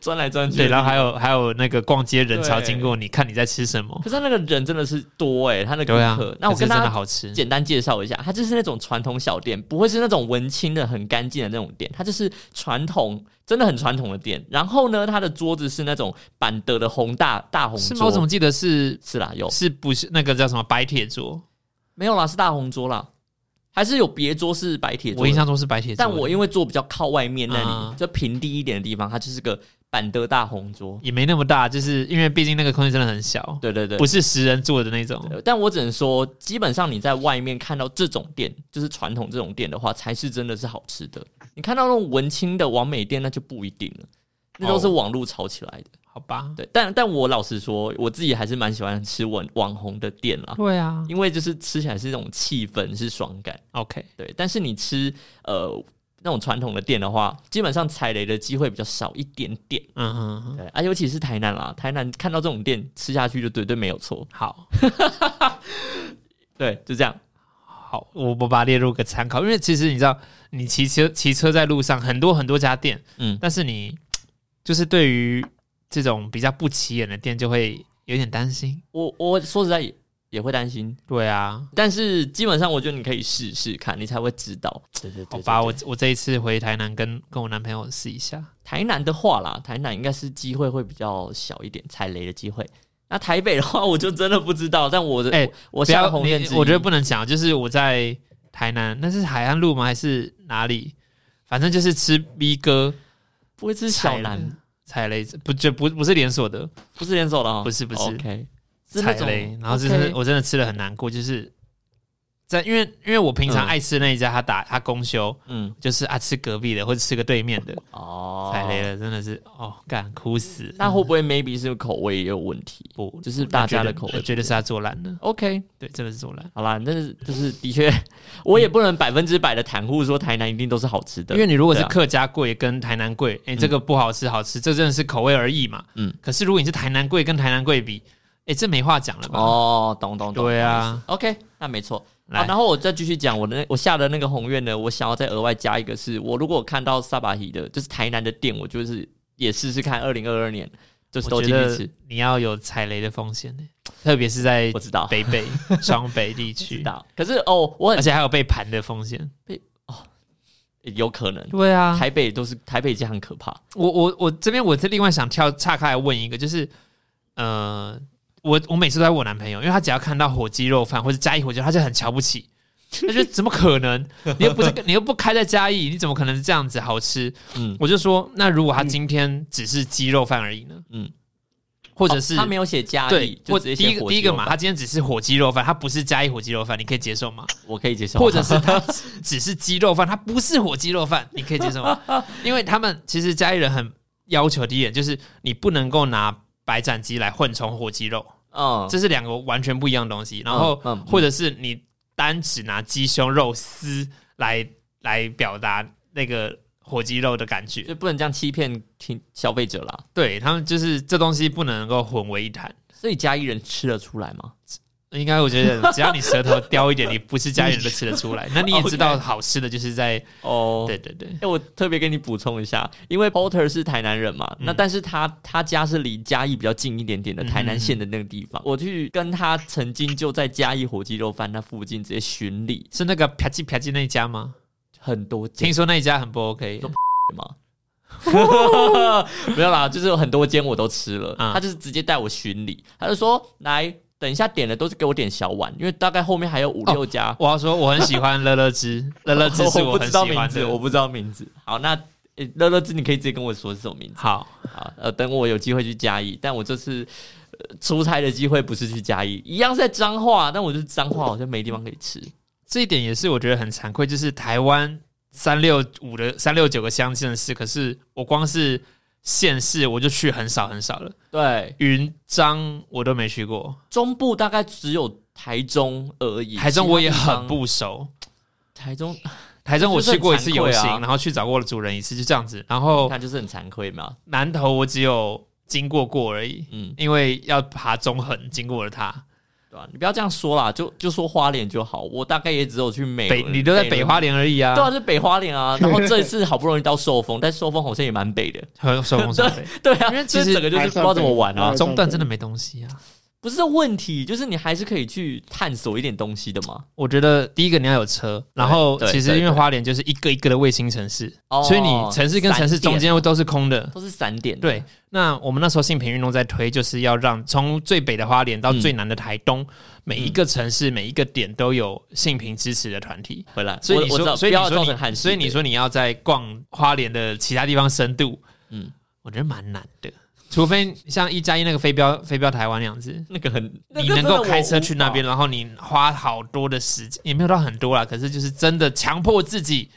S2: 钻来钻去 的
S1: 对，
S2: 地
S1: 然
S2: 方，
S1: 后还有还有那个逛街人潮
S2: 对
S1: 经过你，看你在吃什么，
S2: 可是他那个人真的是多哎、他那个
S1: 对啊
S2: 顾客，，那我
S1: 可是
S2: 跟
S1: 真的
S2: 他
S1: 好吃，
S2: 简单介绍一下，他就是那种传统小店，不会是那种文青的很干净的那种店，他就是传统，真的很传统的店。然后呢，他的桌子是那种板德的红大大红
S1: 是吗？我怎么
S2: 桌，
S1: 记得是
S2: 是啦，有
S1: 是不是那个叫什么白铁桌？
S2: 没有啦？是大红桌啦，还是有别桌是白铁桌的？
S1: 我印象中是白铁桌的，
S2: 但我因为坐比较靠外面那里，
S1: 啊
S2: 就平地一点的地方，它就是个板德大红桌。
S1: 也没那么大，就是因为毕竟那个空间真的很小，
S2: 对对对，
S1: 哦不是十人坐的那种。
S2: 呃但我只能说，基本上你在外面看到这种店，就是传统这种店的话，才是真的是好吃的。你看到那种文青的完美店，那就不一定了，那都是
S1: 哦
S2: 网络炒起来的。
S1: 好吧，
S2: 对，但但我老实说，我自己还是蛮喜欢吃网网红的店啦，
S1: 对啊
S2: 因为就是吃起来是那种气氛，是爽感。
S1: ，OK，
S2: 对，但是你吃呃那种传统的店的话，基本上踩雷的机会比较少一点点。
S1: 嗯哼哼，
S2: 对啊，尤其是台南啦，台南看到这种店吃下去就绝对没有错。
S1: 好
S2: 对，就这样。
S1: 好，我我把它列入个参考，因为其实你知道，你骑车骑车在路上很多很多家店，
S2: 嗯，
S1: 但是你就是对于这种比较不起眼的店就会有点担心。
S2: 我我说实在也也会担心，
S1: 对啊，
S2: 但是基本上我觉得你可以试试看，你才会知道。对对
S1: 好吧，我我这一次回台南跟跟我男朋友试一下。
S2: 台南的话啦，台南应该是机会会比较小一点，踩雷的机会。那台北的话，我就真的不知道。但我的，
S1: 哎
S2: 我我
S1: 不
S2: 下
S1: 要
S2: 个鸿雁
S1: 你
S2: 之一
S1: 我觉得不能讲，就是我在台南，那是海岸路吗？还是哪里？反正就是吃 B 哥
S2: 不会吃小
S1: 踩雷
S2: 南，
S1: 踩雷，不就不不是连锁的
S2: 不是连锁的哦，
S1: 不是不是
S2: OK，是那
S1: 踩
S2: 种
S1: 雷，然后真的
S2: OK
S1: 我真的吃的很难过，就是在因为因为我平常
S2: 嗯
S1: 爱吃那一家，他打他公休，
S2: 嗯
S1: 就是啊吃隔壁的或者吃个对面的，
S2: 哦，
S1: 踩雷。了，真的是哦，干哭死。
S2: 那会不会 maybe 是口味也有问题
S1: 不
S2: 就是大家的口味
S1: 我觉得是他做烂了，
S2: ？OK，
S1: 对，真的是做烂。
S2: 好啦，但是就是的确， 我也不能百分之百的袒护说台南一定都是好吃的，
S1: 因为你如果是
S2: 对啊
S1: 客家贵跟台南贵，哎、这个不好吃，好吃，这真的是口味而已嘛。
S2: 嗯
S1: 嗯，可是如果你是台南贵跟台南贵比，哎、这没话讲了吧？
S2: 哦，懂懂懂，
S1: 对啊，
S2: OK，那没错。
S1: 来
S2: 好，然后我再继续讲我的那我下的那个宏愿呢，我想要再额外加一个是，我如果看到萨巴希的，就是台南的店，我就是也试试看，二零二二年就是都
S1: 我
S2: 进
S1: 觉
S2: 去
S1: 得嗯
S2: 吃。
S1: 你要有踩雷的风险、欸，特别是在
S2: 我知道，
S1: 北 北双北地
S2: 知
S1: 区，
S2: 道。可是哦，我
S1: 而
S2: 很
S1: 且还有被盘的风险。
S2: 有可能，
S1: 对啊，
S2: 台北都是台北已经很可怕。
S1: 我我我这边我是另外想跳岔开来问一个，就是呃，我我每次都在问我男朋友，因为他只要看到火鸡肉饭或者嘉义火鸡肉，他就很瞧不起。他就怎么可能？你又不是你又不开在嘉义，你怎么可能这样子好吃？
S2: 嗯
S1: 我就说，那如果他今天只是鸡肉饭而已呢？
S2: 嗯
S1: 嗯，或者是、
S2: 哦他没有写嘉
S1: 对
S2: 义，，就
S1: 或
S2: 直接
S1: 第
S2: 写
S1: 一个
S2: 火
S1: 第
S2: 鸡
S1: 一个
S2: 肉
S1: 嘛，
S2: 饭
S1: 他今天只是火鸡肉饭，他不是嘉义火鸡肉饭，你可以接受吗？
S2: 我可以接受。
S1: 或者是 它只是鸡肉饭，它不是火鸡肉饭，你可以接受 吗？因为他们其实家里人很要求第一点就是你不能够拿白斩鸡来混充火鸡肉，
S2: 嗯，
S1: 这是两个完全不一样的东西。然后
S2: 嗯嗯
S1: 或者是你单只拿鸡胸肉丝来来表达那个火鸡肉的感觉，
S2: 就不能这样欺骗听消费者啦。
S1: 对他们就是这东西不能够混为一谈。
S2: 所以嘉义人吃得出来吗？
S1: 应该我觉得，只要你舌头刁 一点，你不是家里人都吃得出来。那你也知道，好吃的就是在
S2: 哦
S1: 对对对，
S2: 哎、我特别给你补充一下，因为 Porter 是台南人嘛，那但是他他家是离嘉义比较近一点点的台南县的那个地方。我去跟他曾经就在嘉义火鸡肉饭那附近直接巡礼
S1: 是那个啪叽啪叽那一家吗？
S2: 很多间
S1: 听说那一家很不 OK，
S2: 都嘛。 没有啦，就是有很多间我都吃了，
S1: 啊
S2: 他就是直接带我巡礼，他就说来等一下点的都是给我点小碗，因为大概后面还有五六家，
S1: 我要说我很喜欢乐乐汁，乐乐汁是
S2: 哦 我不
S1: 很
S2: 知
S1: 喜
S2: 道
S1: 欢的。
S2: 名字，我不知道名字。好，那呃乐乐之你可以直接跟我说是什么名字。
S1: 好，
S2: 好，呃，等我有机会去嘉义，但我这次、呃出差的机会不是去嘉义，一样是在彰化，但我就是彰化好像没地方可以吃。
S1: 这一点也是我觉得很惭愧，就是台湾三六五的三六九个乡镇市，可是我光是县市我就去很少很少了，
S2: 对，
S1: 云彰我都没去过，
S2: 中部大概只有台中而已，
S1: 台中我也
S2: 其他地
S1: 很
S2: 方，
S1: 不熟。
S2: 台中
S1: 台中我去过一次游
S2: 这就是
S1: 行，
S2: 很惭愧啊
S1: 然后去找过主人一次，就这样子。然后
S2: 他就是很惭愧嘛，
S1: 南投我只有经过过而已，
S2: 嗯，
S1: 因为要爬中横，经过了它。
S2: 对啊吧、你不要这样说啦，就就说花莲就好，我大概也只有去美
S1: 北你都在北花莲
S2: 莲。
S1: 而已啊
S2: 对，啊，是北花莲 啊，然后这一次好不容易到寿丰，但寿丰好像也蛮北的，
S1: 很手工手北。
S2: 对啊，
S1: 因为
S2: 这
S1: 其实
S2: 整个就是不知道怎么玩啊
S3: 还，是
S1: 中段真的没东西啊。
S2: 不是问题，就是你还是可以去探索一点东西的嘛。
S1: 我觉得第一个你要有车，然后
S2: 对
S1: 其实
S2: 对
S1: 因为
S2: 对
S1: 花莲就是一个一个的卫星城市，
S2: 哦
S1: 所以你城市跟城市中间都是空的。
S2: 都是散点，
S1: 对，那我们那时候性平运动在推，就是要让从最北的花莲到最南的台东，每一个城市、每一个点都有性平支持的团体。
S2: 回来。
S1: 所以
S2: 我
S1: 你
S2: 我知
S1: 说，
S2: 道
S1: 所以
S2: 不
S1: 你
S2: 要造
S1: 说
S2: 成
S1: 你，
S2: 汗
S1: 所以你，说你要在逛花莲的其他地方深度，
S2: 嗯，
S1: 我觉得蛮难的，除非像一加一那个飞镖飞镖台湾那样子，
S2: 那个很，
S1: 你能够开车去那
S2: 那个真
S1: 边，
S2: 的
S1: 然后你花好多的时间，也没有到很多啦，可是就是真的强迫自己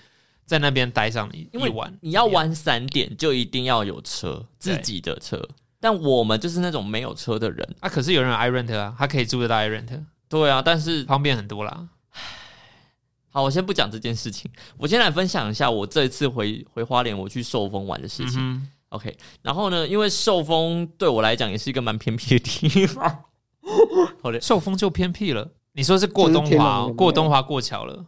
S1: 在那边待上一
S2: 因
S1: 一
S2: 为
S1: 晚。
S2: 你要玩散点，就一定要有车，
S1: 对
S2: 自己的车。但我们就是那种没有车的人，
S1: 啊，可是有人有 i rent 啊，他可以租得到 i rent，
S2: 对啊。但是
S1: 方便很多啦。
S2: 好，我先不讲这件事情，我先来分享一下我这一次回回花莲我去寿丰玩的事
S1: 嗯
S2: 情。
S1: 哼，
S2: OK，然后呢，因为寿丰对我来讲也是一个蛮偏僻的 地方，
S1: 寿丰就偏僻了。你说是过东
S3: 就是天
S1: 华
S3: 龙
S1: 哦
S3: 人，
S1: 过东华过桥了。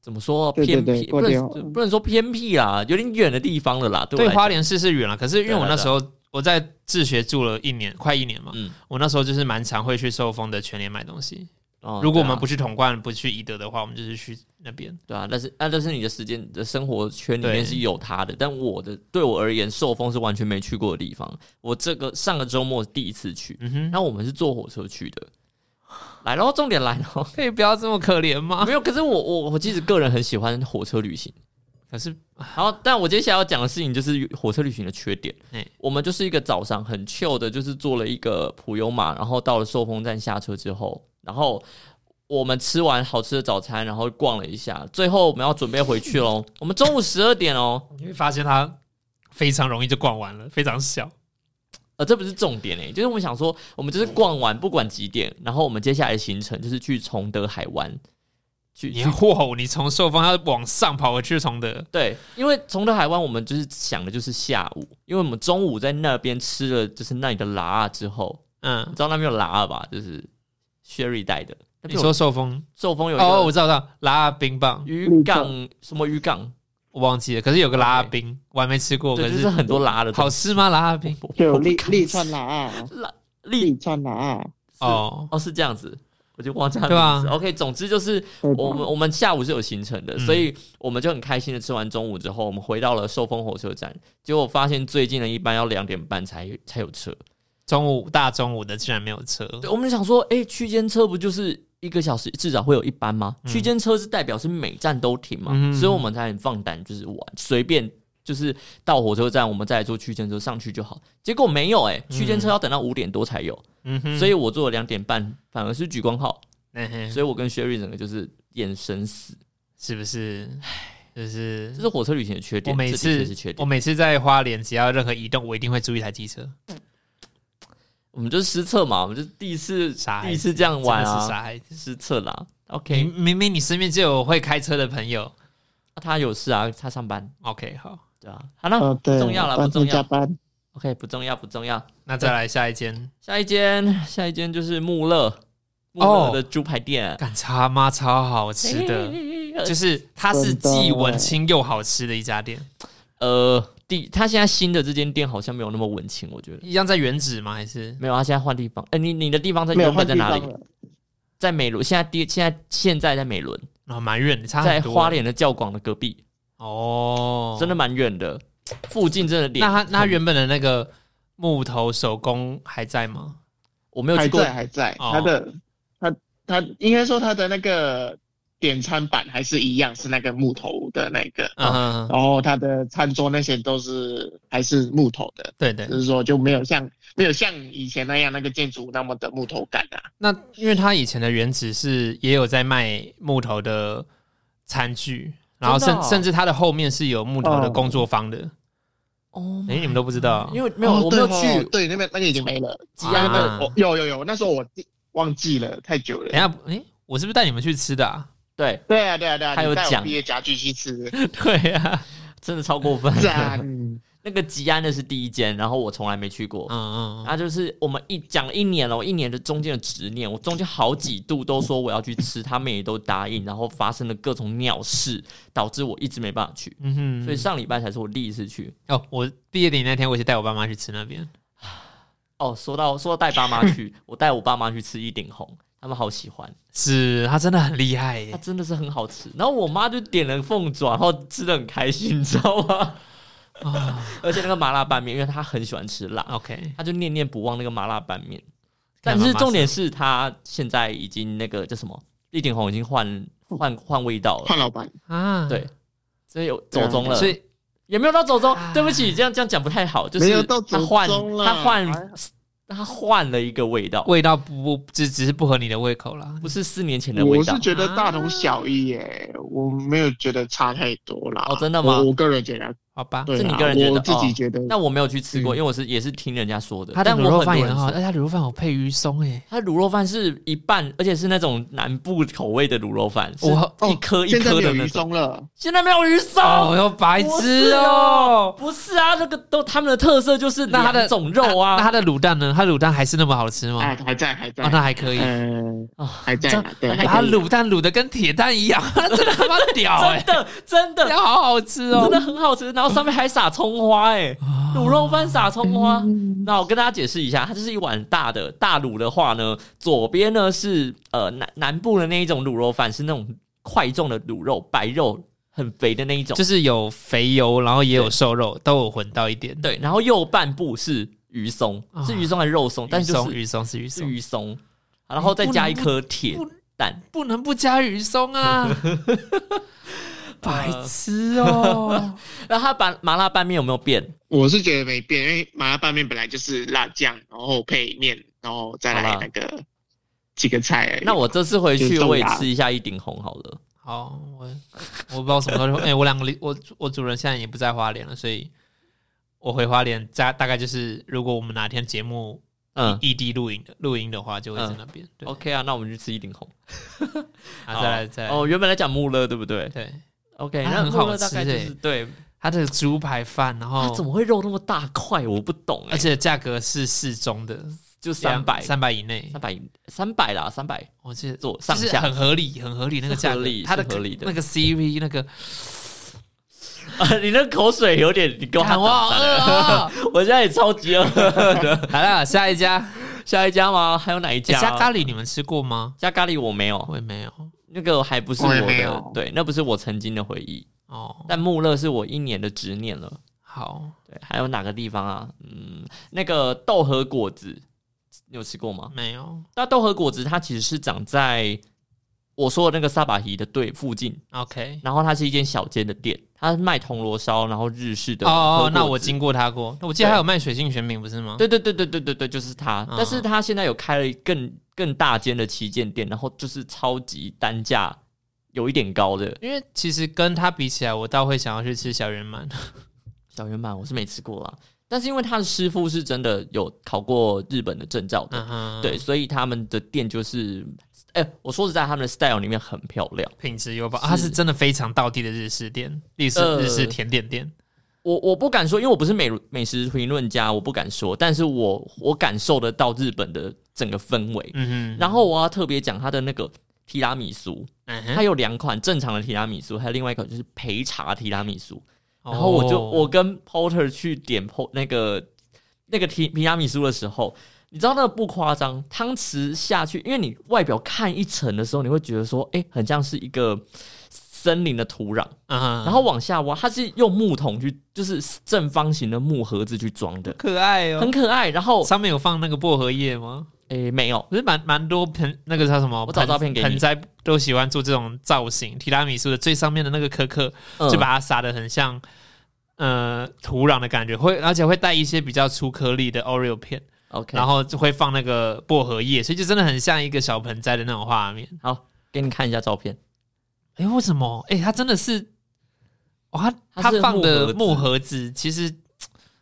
S2: 怎么说
S3: 对
S2: 偏
S3: 对
S2: 僻？
S3: 对过
S2: 不
S3: 电话
S2: 能不能说偏僻啦，有点远的地方了啦。对我
S1: 对，
S2: 来讲
S1: 花莲市是远了，可是因为
S2: 对啊
S1: 我
S2: 对啊
S1: 那时候我在自学住了一年，快一年嘛，
S2: 嗯
S1: 我那时候就是蛮常会去寿丰的全联买东西。
S2: 哦
S1: 如果我
S2: 对啊
S1: 们不去统冠，不去宜德的话，我们就是去那边。
S2: 对啊，但是那、但是你的时间的生活圈里
S1: 对
S2: 面是有他的，但我的对我而言，寿丰是完全没去过的地方。我这个上个周末第一次去，
S1: 嗯哼，
S2: 然后我们是坐火车去的。来咯，重点来咯。
S1: 可以不要这么可怜吗
S2: 没？有，可是我我我其实个人很喜欢火车旅行。
S1: 可是
S2: 然后，但我接下来要讲的事情就是火车旅行的缺点。
S1: 嗯
S2: 我们就是一个早上很 chill 的，就是坐了一个普悠玛，然后到了寿丰站下车之后，然后我们吃完好吃的早餐，然后逛了一下，最后我们要准备回去喽。我们中午十二点哦，
S1: 你会发现它非常容易就逛完了，非常小。
S2: 呃，这不是重点诶、就是我们想说，我们就是逛完不管几点，然后我们接下来的行程就是去崇德海湾，去
S1: 你
S2: 去
S1: 嚯，你从寿丰要往上跑回去，从的
S2: 对，因为崇德海湾，我们就是想的就是下午，因为我们中午在那边吃了就是那里的拉啊之后，你
S1: 嗯，
S2: 知道那边有拉啊吧？就是 Sherry 带的。那
S1: 你
S2: 边
S1: 说
S2: 有
S1: 寿丰
S2: 寿丰有一
S1: 哦，我
S2: 个
S1: 知道，我知道，拉冰棒
S2: 渔港，什么渔港？
S1: 我忘记了，可是有个拉
S2: OK
S1: 冰我还没吃过，可
S2: 对，就是是很多拉的东
S1: 好
S2: 西。
S1: 吃吗？拉冰
S2: 我
S3: 就有
S2: 我不
S3: 利
S2: 敢
S3: 利川拿啊，
S2: 立
S3: 利川拿啊，
S1: 哦，
S2: 哦，是这样子，我就忘记他
S1: 对啊
S2: 名字。OK，总之就是
S3: 对
S2: 我们我们下午是有行程的，
S1: 嗯
S2: 所以我们就很开心的吃完中午之后，我们回到了寿丰火车站，结果发现最近的一班要两点半才才有车。
S1: 中午大中午的竟然没有车，
S2: 对，我们想说，哎、区间车不就是一个小时至少会有一班吗？
S1: 嗯
S2: 区间车是代表是每站都停嘛，
S1: 嗯
S2: 所以我们才很放胆，就是玩随便。就是到火车站，我们再来坐区间车上去就好。结果没有哎、区间车要等到五点多才有，
S1: 嗯哼，
S2: 所以我坐了两点半，反而是莒光号，
S1: 嗯哼
S2: 所以我跟 Sherry 整个就是眼神死，
S1: 是不是？就是
S2: 这是火车旅行的缺
S1: 我
S2: 点，
S1: 每
S2: 这的确
S1: 次
S2: 是缺
S1: 我
S2: 点。
S1: 每次在花莲，只要任何移动，我一定会租一台机车，
S2: 我们就是失策嘛，我们就是第一次
S1: 傻孩子
S2: 第一次这样
S1: 真的
S2: 玩
S1: 是
S2: 啊，
S1: 傻孩子。
S2: 失策啦。OK，、
S1: 明明明你身边就有会开车的朋友
S2: 啊他有事啊，他上班，
S1: ，OK，好，
S2: 对啊，好、那
S3: 哦对，
S2: 重要啦
S3: 晚
S2: 不重
S3: 上
S2: 要
S3: 加班，
S2: OK，不重要，不重要。
S1: 那再来下一间，
S2: 下一间，下一间就是穆勒，穆勒的猪排店，
S1: 干他妈超好吃哦
S2: 哎
S1: 的，
S2: 的
S1: 就是它是既文青又好吃的一家店，
S2: 呃，第他现在新的这间店好像没有那么文青，我觉得
S1: 一样在原址吗？还是
S2: 没有，他现在换地方。哎、你你的地方在
S3: 没有
S2: 原
S3: 换
S2: 本在
S3: 地
S2: 哪
S3: 方
S2: 里？
S3: 了，
S2: 在美伦，现在第现在现在在美伦，
S1: 啊蛮远的，差
S2: 在
S1: 很多
S2: 花莲的教广的隔壁，
S1: 哦，
S2: 真的。蛮远的，附近真的
S1: 那
S2: 店。
S1: 它那它原本的那个木头手工还在吗？
S2: 我没有
S3: 还
S2: 去过
S3: 在还在，
S1: 哦
S3: 他的他他应该说他的那个点餐板还是一样，是那个木头的那个，
S1: 嗯哼，
S3: 然后他的餐桌那些都是还是木头的，
S1: 对对
S3: 就，是说就没有像没有像以前那样那个建筑物那么的木头感啊。
S1: 那因为他以前的原址是也有在卖木头的餐具，然后
S2: 真的
S1: 甚、
S2: 哦
S1: 甚至它的后面是有木头的
S3: 哦
S1: 工作坊的，
S2: 哦
S1: 哎、你们都不知道，
S2: 因为没有、
S3: 哦
S2: 我没有
S3: 对哦
S2: 去嗯
S3: 对，那边那个已经没了。
S2: 吉
S1: 啊
S2: 安的，
S3: 那个我有有有，那时候我记忘记了，太久了
S1: 等一。下，哎、我是不是带你们去吃的、啊？
S2: 对，
S3: 对啊对啊对啊，
S2: 他有
S3: 你带我
S2: 讲
S3: 毕业家具去吃，
S1: 对啊呀、
S2: 真的超过分。
S3: 赞。
S2: 那个吉安的是第一间，然后我从来没去过。
S1: 啊，嗯嗯嗯，
S2: 啊，就是我们一讲了一年了，一年的中间的执念，我中间好几度都说我要去吃，他们也都答应，然后发生了各种鸟事，导致我一直没办法去。
S1: 嗯哼，
S2: 所以上礼拜才是我第一次去。
S1: 哦，我毕业典礼那天，我也带我爸妈去吃那边，
S2: 哦，说到说到带爸妈去，我带我爸妈去吃一顶红，他们好喜欢，
S1: 是他真的很厉害
S2: 它
S1: 耶，
S2: 真的是很好吃。然后我妈就点了凤爪，然后吃的很开心，你知道吗？而且那个麻辣拌面，因为她很喜欢吃辣，
S1: OK，
S2: 她就念念不忘那个麻辣拌面。
S1: 看
S2: 但
S1: 妈妈
S2: 是重点是她现在已经那个叫什么，一顶红已经换
S3: 嗯
S2: 换换味道了，
S3: 换老板，
S1: 啊，
S2: 对，所以有走中了，
S1: 所以
S2: 也没有到走中
S1: 啊。
S2: 对不起，这样这样讲不太好，就
S3: 没有
S2: 是
S3: 到
S2: 她
S3: 走
S2: 换
S3: 中啦
S2: 她换
S1: 哎
S3: 还
S2: 她换了一个味道。
S1: 味道不不只只是不合你的胃口啦。
S2: 不是四年前的味
S3: 我
S2: 道啊
S3: 是。觉得大同小异耶，我没有觉得差太多啦。
S2: 哦真的吗啊
S3: 我我个人觉得，
S1: 好吧，
S3: 对
S2: 是
S3: 啦
S2: 你个人觉得
S3: 我自己
S2: 哦
S3: 觉得，
S2: 但我没有去吃过，
S3: 嗯
S2: 因为我是也是听人家说的。
S1: 他的
S2: 但
S1: 卤
S2: 我
S1: 肉
S2: 很
S1: 饭
S2: 多
S1: 也
S2: 人
S1: 很好，哎
S2: 说
S1: 而且他卤肉饭有配鱼松哎，
S2: 它卤肉饭是一半，而且是那种南部口味的卤肉饭，是
S1: 我
S2: 一颗一
S3: 现在
S2: 颗
S3: 没
S2: 的
S3: 有
S2: 那
S3: 鱼
S2: 种。
S3: 松了，
S2: 现在没有鱼松，
S1: 哦哟白
S2: 不
S1: 痴
S2: 是
S1: 哦
S2: 哦，。不是啊，那个都他们的特色就是
S1: 那它的
S2: 两种肉
S1: 那
S2: 啊
S1: 他，的卤蛋呢？他的卤蛋还是那么好吃吗？
S3: 哎，还在还在
S1: 哦，，那还可以，
S3: 嗯，
S2: 啊
S3: 还在啦，对，
S1: 把
S3: 还
S1: 它
S3: 可以。
S1: 卤蛋卤的跟铁蛋一样， 真的他妈屌哎
S2: 真，的 真的
S1: 真的好好吃
S2: 真
S1: 哦。
S2: 的很好吃，然后上面还撒葱花，哎，卤肉饭撒葱花。
S1: 嗯
S2: 那我跟大家解释一下，它就是一碗大的大卤的话呢，左边呢是呃南南部的那一种卤肉饭，是那种块状的卤肉，白肉很肥的那一种
S1: 就。是有肥油，然后也有瘦肉，都有混到一点。
S2: 对，然后右半部是鱼松，
S1: 啊
S2: 是鱼松还是肉松？但
S1: 鱼
S2: 是就
S1: 松
S2: 是
S1: 鱼松是鱼
S2: 是
S1: 松，
S2: 鱼松，然后再加一颗铁
S1: 不
S2: 蛋。
S1: 不能不加鱼松啊！白痴哦，
S2: 然后它把麻辣拌面有没有变？
S3: 我是觉得没变，因为麻辣拌面本来就是辣酱，然后配面，然后再来
S2: 好啦
S3: 那个几个菜而已。
S2: 那我这次回去
S3: 就是
S2: 我也
S3: 重辣
S2: 吃一下一顶红好了。
S1: 好，我我不知道什么时候就会，哎、我两个礼我我主人现在也不在花莲了，所以我回花莲，大大概就是如果我们哪天节目
S2: 嗯
S1: 异地录影的录音的话，就会在那边。对，
S2: ，OK 啊，那我们去吃一顶红。
S1: 啊，再来再来，
S2: 哦，原本来讲穆勒对不对
S1: 对，
S2: ？OK，
S1: 它
S2: 那
S1: 很好
S2: 穆勒大概就
S1: 吃欸
S2: 是对，哦
S1: 它的猪排饭，然
S2: 它
S1: 后
S2: 啊怎么会肉那么大块？我不懂哎，
S1: 而且价格是适中的，
S2: 就三百
S1: 三百以内
S2: 三，百三百啦，三百
S1: 我记得。
S2: 左
S1: 就
S2: 上
S1: 是
S2: 下
S1: 很合理，很合理那个价格
S2: 是合理，
S1: 它的
S2: 是合理的
S1: 那个 CV 那个，
S2: 啊！ 你那口水有点，你给我啊
S1: 看我好饿哦
S2: 我现在也超级饿的。
S1: 来了，下一家，
S2: 下一家吗？还有哪一
S1: 哎
S2: 家？
S1: 加咖喱你们吃过吗？哦
S2: 加咖喱我没有，
S1: 我也没有
S2: 那个还不是
S3: 我也
S2: 我
S3: 没
S2: 的
S3: 有，
S2: 对，那不是我曾经的回忆。
S1: 哦。
S2: 但穆勒是我一年的执念了。
S1: 好，
S2: 对，还有哪个地方啊？嗯，那个豆和果子，你有吃过吗？
S1: 没有
S2: 那豆和果子它其实是长在我说的那个萨巴提的对附近，
S1: ，OK。
S2: 然后它是一间小间的店，它卖铜锣烧，然后日式的和
S1: 哦
S2: 果
S1: 哦，那我
S2: 子
S1: 经过他过，我记得
S2: 对
S1: 还有卖水性卷饼，不是吗？
S2: 对对对对对对对，就是它。但是它现在有开了更更大间的旗舰店，然后就是超级单价有一点高的
S1: 因为其实跟他比起来，我倒会想要去吃小圆满。
S2: 小圆满，我是没吃过啦。但是因为他的师傅是真的有考过日本的证照的，
S1: 嗯哼，
S2: 对，，所以他们的店就是，哎、我说实在，他们的 style 里面很漂亮。
S1: 品质优保，它是真的非常道地的日式店，日式
S2: 呃
S1: 日式甜点店。
S2: 我我不敢说，因为我不是美美食评论家，我不敢说，但是我我感受得到日本的整个氛围。
S1: 嗯哼，
S2: 然后我要特别讲它的那个提拉米苏，
S1: 嗯
S2: 它
S1: 哼，
S2: 有两款正常的提拉米苏，还有另外一款就是焙茶提拉米苏。
S1: 然
S2: 然后我就、我跟 Porter 去点 Po 那个那个提提拉米苏的时候，你知道那个不夸张，汤匙下去，因为你外表看一层的时候，你会觉得说，哎、很像是一个森林的土壤，
S1: 嗯哼，
S2: 然后往下挖，它是用木桶去，就是正方形的木盒子去装的，
S1: 可爱哦
S2: 很，可爱。然后
S1: 上面有放那个薄荷叶吗？
S2: 哎、没有，
S1: 不是蛮蛮多盆那个叫什么？
S2: 我找
S1: 盆
S2: 照片给你
S1: 盆栽都喜欢做这种造型，提拉米苏的最上面的那个可可，
S2: 嗯
S1: 就把它撒的很像呃土壤的感觉，会而且会带一些比较粗颗粒的 Oreo 片，
S2: OK，
S1: 然后就会放那个薄荷叶，所以就真的很像一个小盆栽的那种画面。
S2: 好，给你看一下照片。
S1: 哎、为什么？哎、它真的是哦，他
S2: 它
S1: 他
S2: 是
S1: 放的
S2: 木
S1: 木
S2: 盒
S1: 盒子，其实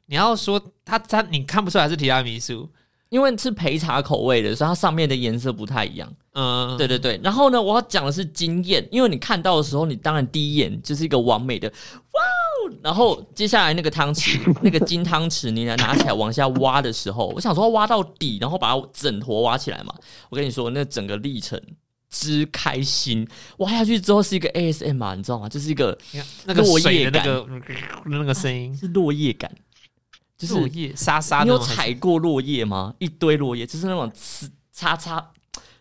S1: 你要说他他你看不出来是提拉米苏，
S2: 因为是焙茶口味的，所以它上面的颜色不太一样。
S1: 嗯，
S2: 对对对，然后呢，我要讲的是惊艳，因为你看到的时候，你当然第一眼就是一个完美的哇哦，然后接下来那个汤 匙，那个金汤匙，你拿起来往下挖的时候，我想说挖到底，然后把它整坨挖起来嘛。我跟你说，那整个历程之开心，挖下去之后是一个啊 ASMR，你知道吗？就是一个
S1: 你看那个
S2: 落叶
S1: 水的那个那个声音，
S2: 是落叶感，就
S1: 就是是叶沙沙
S2: 你
S1: 的
S2: 有
S1: 那种，
S2: 踩过落叶吗？一堆落叶，就是那种呲嚓嚓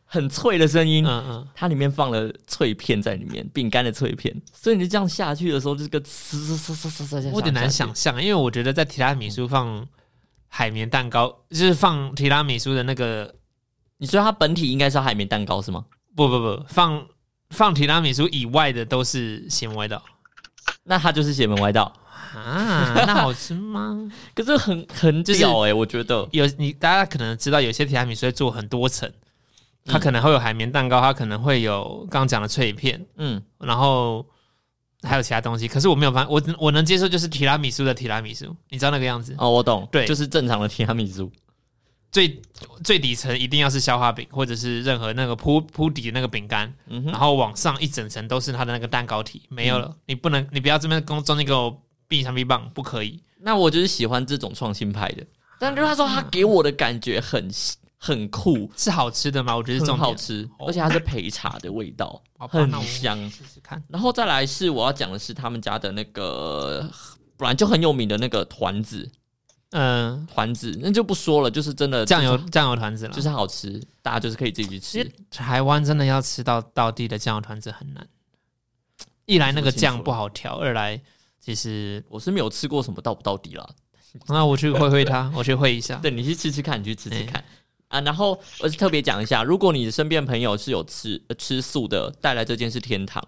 S2: 很脆的声音。
S1: 嗯嗯，
S2: 它里面放了脆片在里面，饼干的脆片，所以你就这样下去的时候，就是个呲呲呲呲呲呲呲，
S1: 我有点难想象，因为我觉得在提拉米苏放海绵蛋糕，就是放提拉米苏的那个
S2: 你说它本体应该是海绵蛋糕是吗？
S1: 不不不放放提拉米苏以外的都是咸味的哦
S2: 那它就是邪门歪道，
S1: 啊，那好吃吗？
S2: 可是很很
S1: 就是
S2: 屌哎、我觉得
S1: 有你大家可能知道，有些提拉米苏会做很多层，
S2: 嗯
S1: 它可能会有海绵蛋糕，它可能会有刚刚讲的脆片，
S2: 嗯，
S1: 然后还有其他东西。可是我没有发，我我能接受就是提拉米苏的提拉米苏，你知道那个样子，
S2: 哦，我懂，
S1: 对
S2: 就是正常的提拉米苏，
S1: 最最底层一定要是消化饼，或者是任何那个铺铺底的那个饼干，
S2: 嗯
S1: 然
S2: 哼，
S1: 后往上一整层都是它的那个蛋糕体，没有了，你不能，你不要这边跟中间给我避上避棒，不可以。
S2: 那我就是喜欢这种创新派的，但就是他说他给我的感觉很很酷，
S1: 是好吃的吗？我觉得是
S2: 很
S1: 重点
S2: 好吃，而且它是焙茶的味道，
S1: 好吧
S2: 很
S1: 那我
S2: 香。
S1: 试试看。
S2: 然后再来是我要讲的是他们家的那个，本来就很有名的那个团子，
S1: 嗯、
S2: 团子那就不说了，就是真的
S1: 酱油酱油团子了，
S2: 就是好吃，大家就是可以自己去
S1: 其
S2: 吃
S1: 实。台湾真的要吃到到地的酱油团子很难。一来那个酱不好调，二来其实
S2: 我是没有吃过什么到不到底啦，
S1: 那我去会会 它，我去会一下。
S2: 对，你去吃吃看，你去吃
S1: 哎
S2: 吃看。啊，然后而且特别讲一下，如果你身边朋友是有吃、呃吃素的，带来这件是天堂，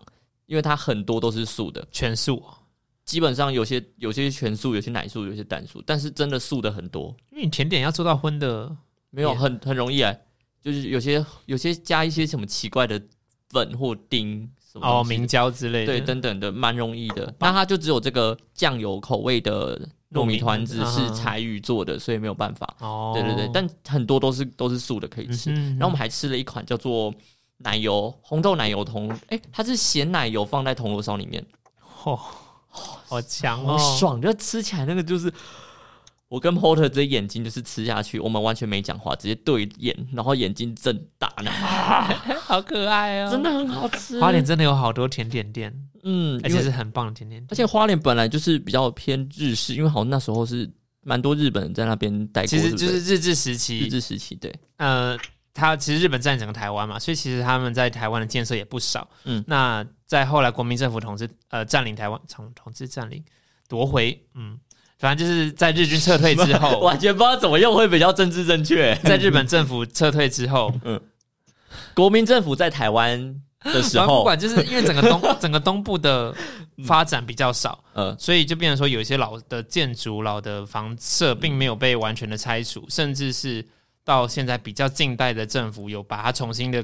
S2: 因为它很多都是素的，
S1: 全素，哦
S2: 基本上有些有些全素，有些奶素，有些蛋素，但是真的素的很多，
S1: 因为你甜点要做到荤的，
S2: 没有
S1: 也
S2: 很很容易哎、就是有些有些加一些什么奇怪的粉或丁什么
S1: 哦，
S2: 东西的
S1: 明胶之类的，
S2: 对等等的，蛮容易的。那它就只有这个酱油口味的糯米团子
S1: 糯米
S2: 是
S1: 嗯
S2: 柴鱼做的，所以没有办法。
S1: 哦，
S2: 对对对，但很多都是都是素的可以吃。
S1: 嗯哼
S2: 然后我们还吃了一款叫做奶油红豆奶油铜，哎，它是咸奶油放在铜锣烧里面，
S1: 哦，好强
S2: 好
S1: 哦，
S2: 爽！就吃起来那个就是。我跟 Porter 这眼睛就是吃下去，我们完全没讲话，直接对眼，然后眼睛睁大，然 后啊
S1: 好可爱哦，
S2: 真的很好吃。
S1: 哎花莲，真的哎有好多甜点店，
S2: 嗯，
S1: 而
S2: 因为
S1: 且是很棒的甜点
S2: 而
S1: 店。
S2: 且花莲本来就是比较偏日式，因为好像那时候是蛮多日本人在那边待过，
S1: 其实就是
S2: 对不
S1: 日治时
S2: 对日
S1: 期，
S2: 治时期，对，
S1: 呃，它其实日本占整个台湾嘛，所以其实他们在台湾的建设也不少。
S2: 嗯
S1: 嗯，那在后来国民政府统治呃占领台湾，统统治占领夺回，嗯，反正就是在日军撤退之后，
S2: 完全不知道怎么用会比较政治正 确。
S1: 在日本政府撤退之 后，
S2: 国民政府在台湾的时
S1: 然后不嗯
S2: 候，
S1: 管就是因为整个东整个东部的发展比较少，
S2: 呃，
S1: 所以就变成说，有一些老的建筑、老的房舍并没有被完全的拆除，甚至是到现在比较近代的政府有把它重新的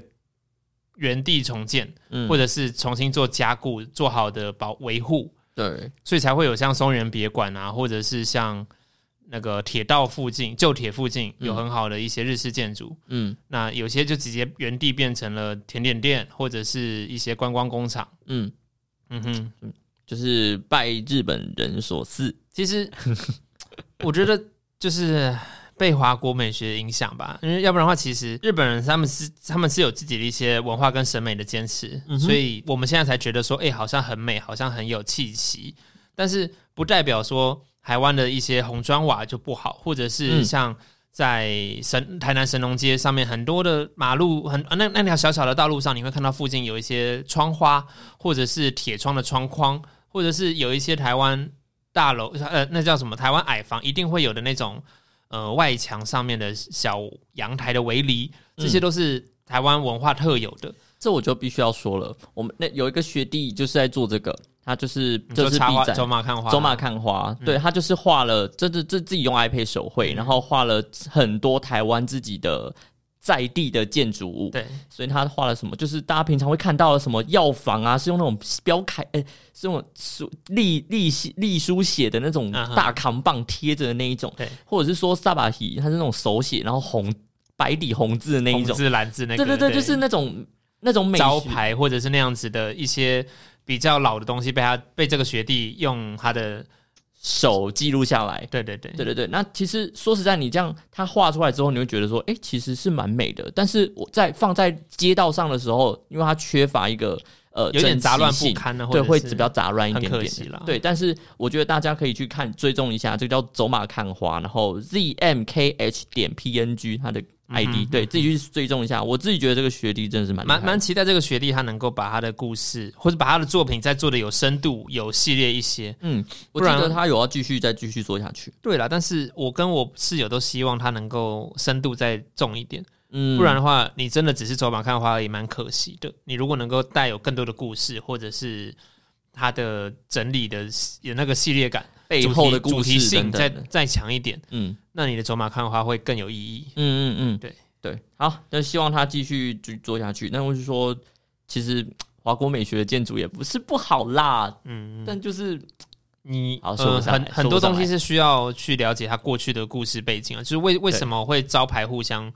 S1: 原地重建，
S2: 嗯
S1: 或者是重新做加固、做好的保维护，
S2: 对，
S1: 所以才会有像松原别馆啊，或者是像那个铁道附近、旧铁附近有很好的一些日式建筑。
S2: 嗯
S1: 那有些就直接原地变成了甜点店，或者是一些观光工厂。
S2: 嗯，
S1: 嗯哼。
S2: 就是拜日本人所赐，
S1: 其 实我觉得就是被华国美学影响吧，因为要不然的话，其实日本人他们是他们是有自己的一些文化跟审美的坚持，
S2: 嗯哼
S1: 所以我们现在才觉得说，哎、好像很美，好像很有气息，但是不代表说台湾的一些红砖瓦就不好，或者是
S2: 嗯
S1: 像。在神台南神农街上面，很多的马路很啊那那条小小的道路上，你会看到附近有一些窗花，或者是铁窗的窗框，或者是有一些台湾大楼，呃，那叫什么？台湾矮房一定会有的那种，呃，外墙上面的小阳台的围篱，这
S2: 嗯
S1: 些都是台湾文化特有的。
S2: 这我就必须要说了。我们那有一个学弟就是在做这个，他就是
S1: 你
S2: 就
S1: 说
S2: 是
S1: 插
S2: B
S1: 花、
S2: 展
S1: 走马看花、嗯
S2: 走马看花，对他就是画了，这这这自己用 iPad 手绘，然后画了很多台湾自己的在地的建筑物，
S1: 对，
S2: 所以他画了什么？就是大家平常会看到的什么药房啊，是用那种标楷，呃、是用书隶隶隶书写的那种
S1: 啊哈
S2: 大扛棒贴着的那一种，
S1: 对，
S2: 或者是说萨巴提，它是那种手写，然后红白底红字的那一
S1: 红
S2: 种，
S1: 字蓝字那个，
S2: 对对对，就是那种那种美学
S1: 招牌或者是那样子的一些比较老的东西，被他被这个学弟用他的，
S2: 手记录下来。
S1: 对对对，
S2: 对对对，那其实说实在，你这样它画出来之后，你会觉得说，哎、其实是蛮美的。但是我在放在街道上的时候，因为它缺乏一个呃
S1: 有点杂乱
S2: 整齐
S1: 不
S2: 性
S1: 堪呢，
S2: 对，
S1: 或
S2: 会
S1: 者是
S2: 比较杂乱一点
S1: 很
S2: 点
S1: 可
S2: 的。
S1: 惜啦
S2: 对，但是我觉得大家可以去看追踪一下，这个叫走马看花，然后 zmkh 点 png 它的 ID，、
S1: 嗯哼
S2: 对自己去追踪一下。我自己觉得这个学弟真的是蛮厉害
S1: 蛮
S2: 的
S1: 蛮期待这个学弟他能够把他的故事或者把他的作品再做的有深度、有系列一些。
S2: 嗯，我
S1: 不
S2: 记
S1: 然
S2: 得他有要继续再继续做下去，
S1: 对啦，但是我跟我室友都希望他能够深度再重一点，
S2: 嗯，
S1: 不然的话，你真的只是走马看花也蛮可惜的。你如果能够带有更多的故事，或者是他的整理的有那个系列感、
S2: 背
S1: 主题
S2: 后的故
S1: 主题
S2: 事
S1: 性
S2: 等等
S1: 再
S2: 的，
S1: 再强一点，
S2: 嗯。
S1: 那你的走马看花会更有意义。
S2: 嗯嗯嗯，
S1: 对
S2: 对，好，那希望他继续去做下去。那我就说，其实华国美学的建筑也不是不好啦，
S1: 嗯，
S2: 但就是
S1: 你
S2: 好说不
S1: 呃
S2: 上来
S1: 很
S2: 说
S1: 很
S2: 不
S1: 多
S2: 上
S1: 东西
S2: 来
S1: 是需要去了解他过去的故事背景啊，就是为为
S2: 对
S1: 什么会招牌互相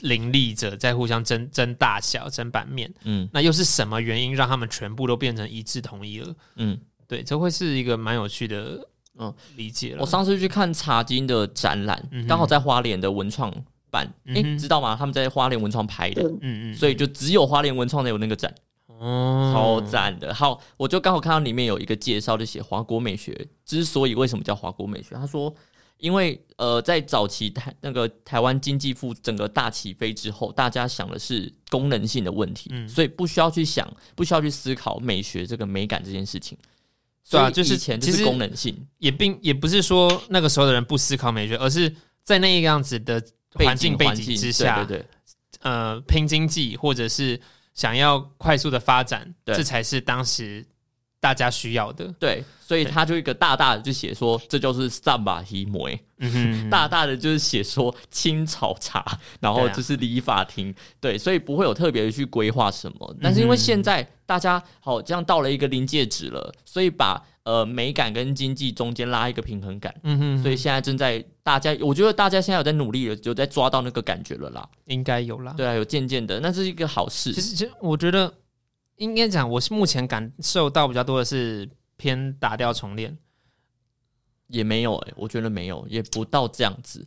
S1: 林立着，在互相争争大小、争版面，
S2: 嗯
S1: 那又是什么原因让他们全部都变成一致统一了？
S2: 嗯，
S1: 对，这会是一个蛮有趣的
S2: 嗯
S1: 理解了。
S2: 我上次去看茶金的展览
S1: 嗯，哼
S2: 刚、好在花莲的文创办，哎、
S1: 嗯哼
S2: 知道吗？他们在花莲文创拍的，
S1: 嗯嗯，
S2: 所以就只有花莲文创才有那个展，
S1: 哦
S2: 超赞的。好，我就刚好看到里面有一个介绍，就写华国美学之所以为什么叫华国美学，他说。因为呃，在早期台那个台湾经济复整个大起飞之后，大家想的是功能性的问题，
S1: 嗯
S2: 所以不需要去想，不需要去思考美学这个美感这件事情。
S1: 对啊
S2: 所以
S1: 就是
S2: 以前就
S1: 其
S2: 是
S1: 实
S2: 功能性，
S1: 也并也不是说那个时候的人不思考美学，而是在那个样子的环境背
S2: 环
S1: 景之下，
S2: 对对对，
S1: 呃拼经济或者是想要快速的发展，
S2: 对
S1: 这才是当时大家需要的。
S2: 对，所以他就一个大大的就写说，这就是萨巴希摩耶，
S1: 嗯哼，
S2: 大大的就是写说清草茶，然后
S1: 对啊
S2: 就是理法庭，对，所以不会有特别去规划什
S1: 嗯
S2: 么。但是因为现在大家好这样到了一个临界值了，所以把呃美感跟经济中间拉一个平衡感。
S1: 嗯哼，
S2: 所以现在正在大家，我觉得大家现在有在努力了，有在抓到那个感觉了啦。
S1: 应该有啦。
S2: 对啊，有渐渐的，那是一个好事
S1: 嗯其。实，其实我觉得应该讲，我是目前感受到比较多的是偏打掉重练。
S2: 也没有哎、我觉得没有，也不到这样子。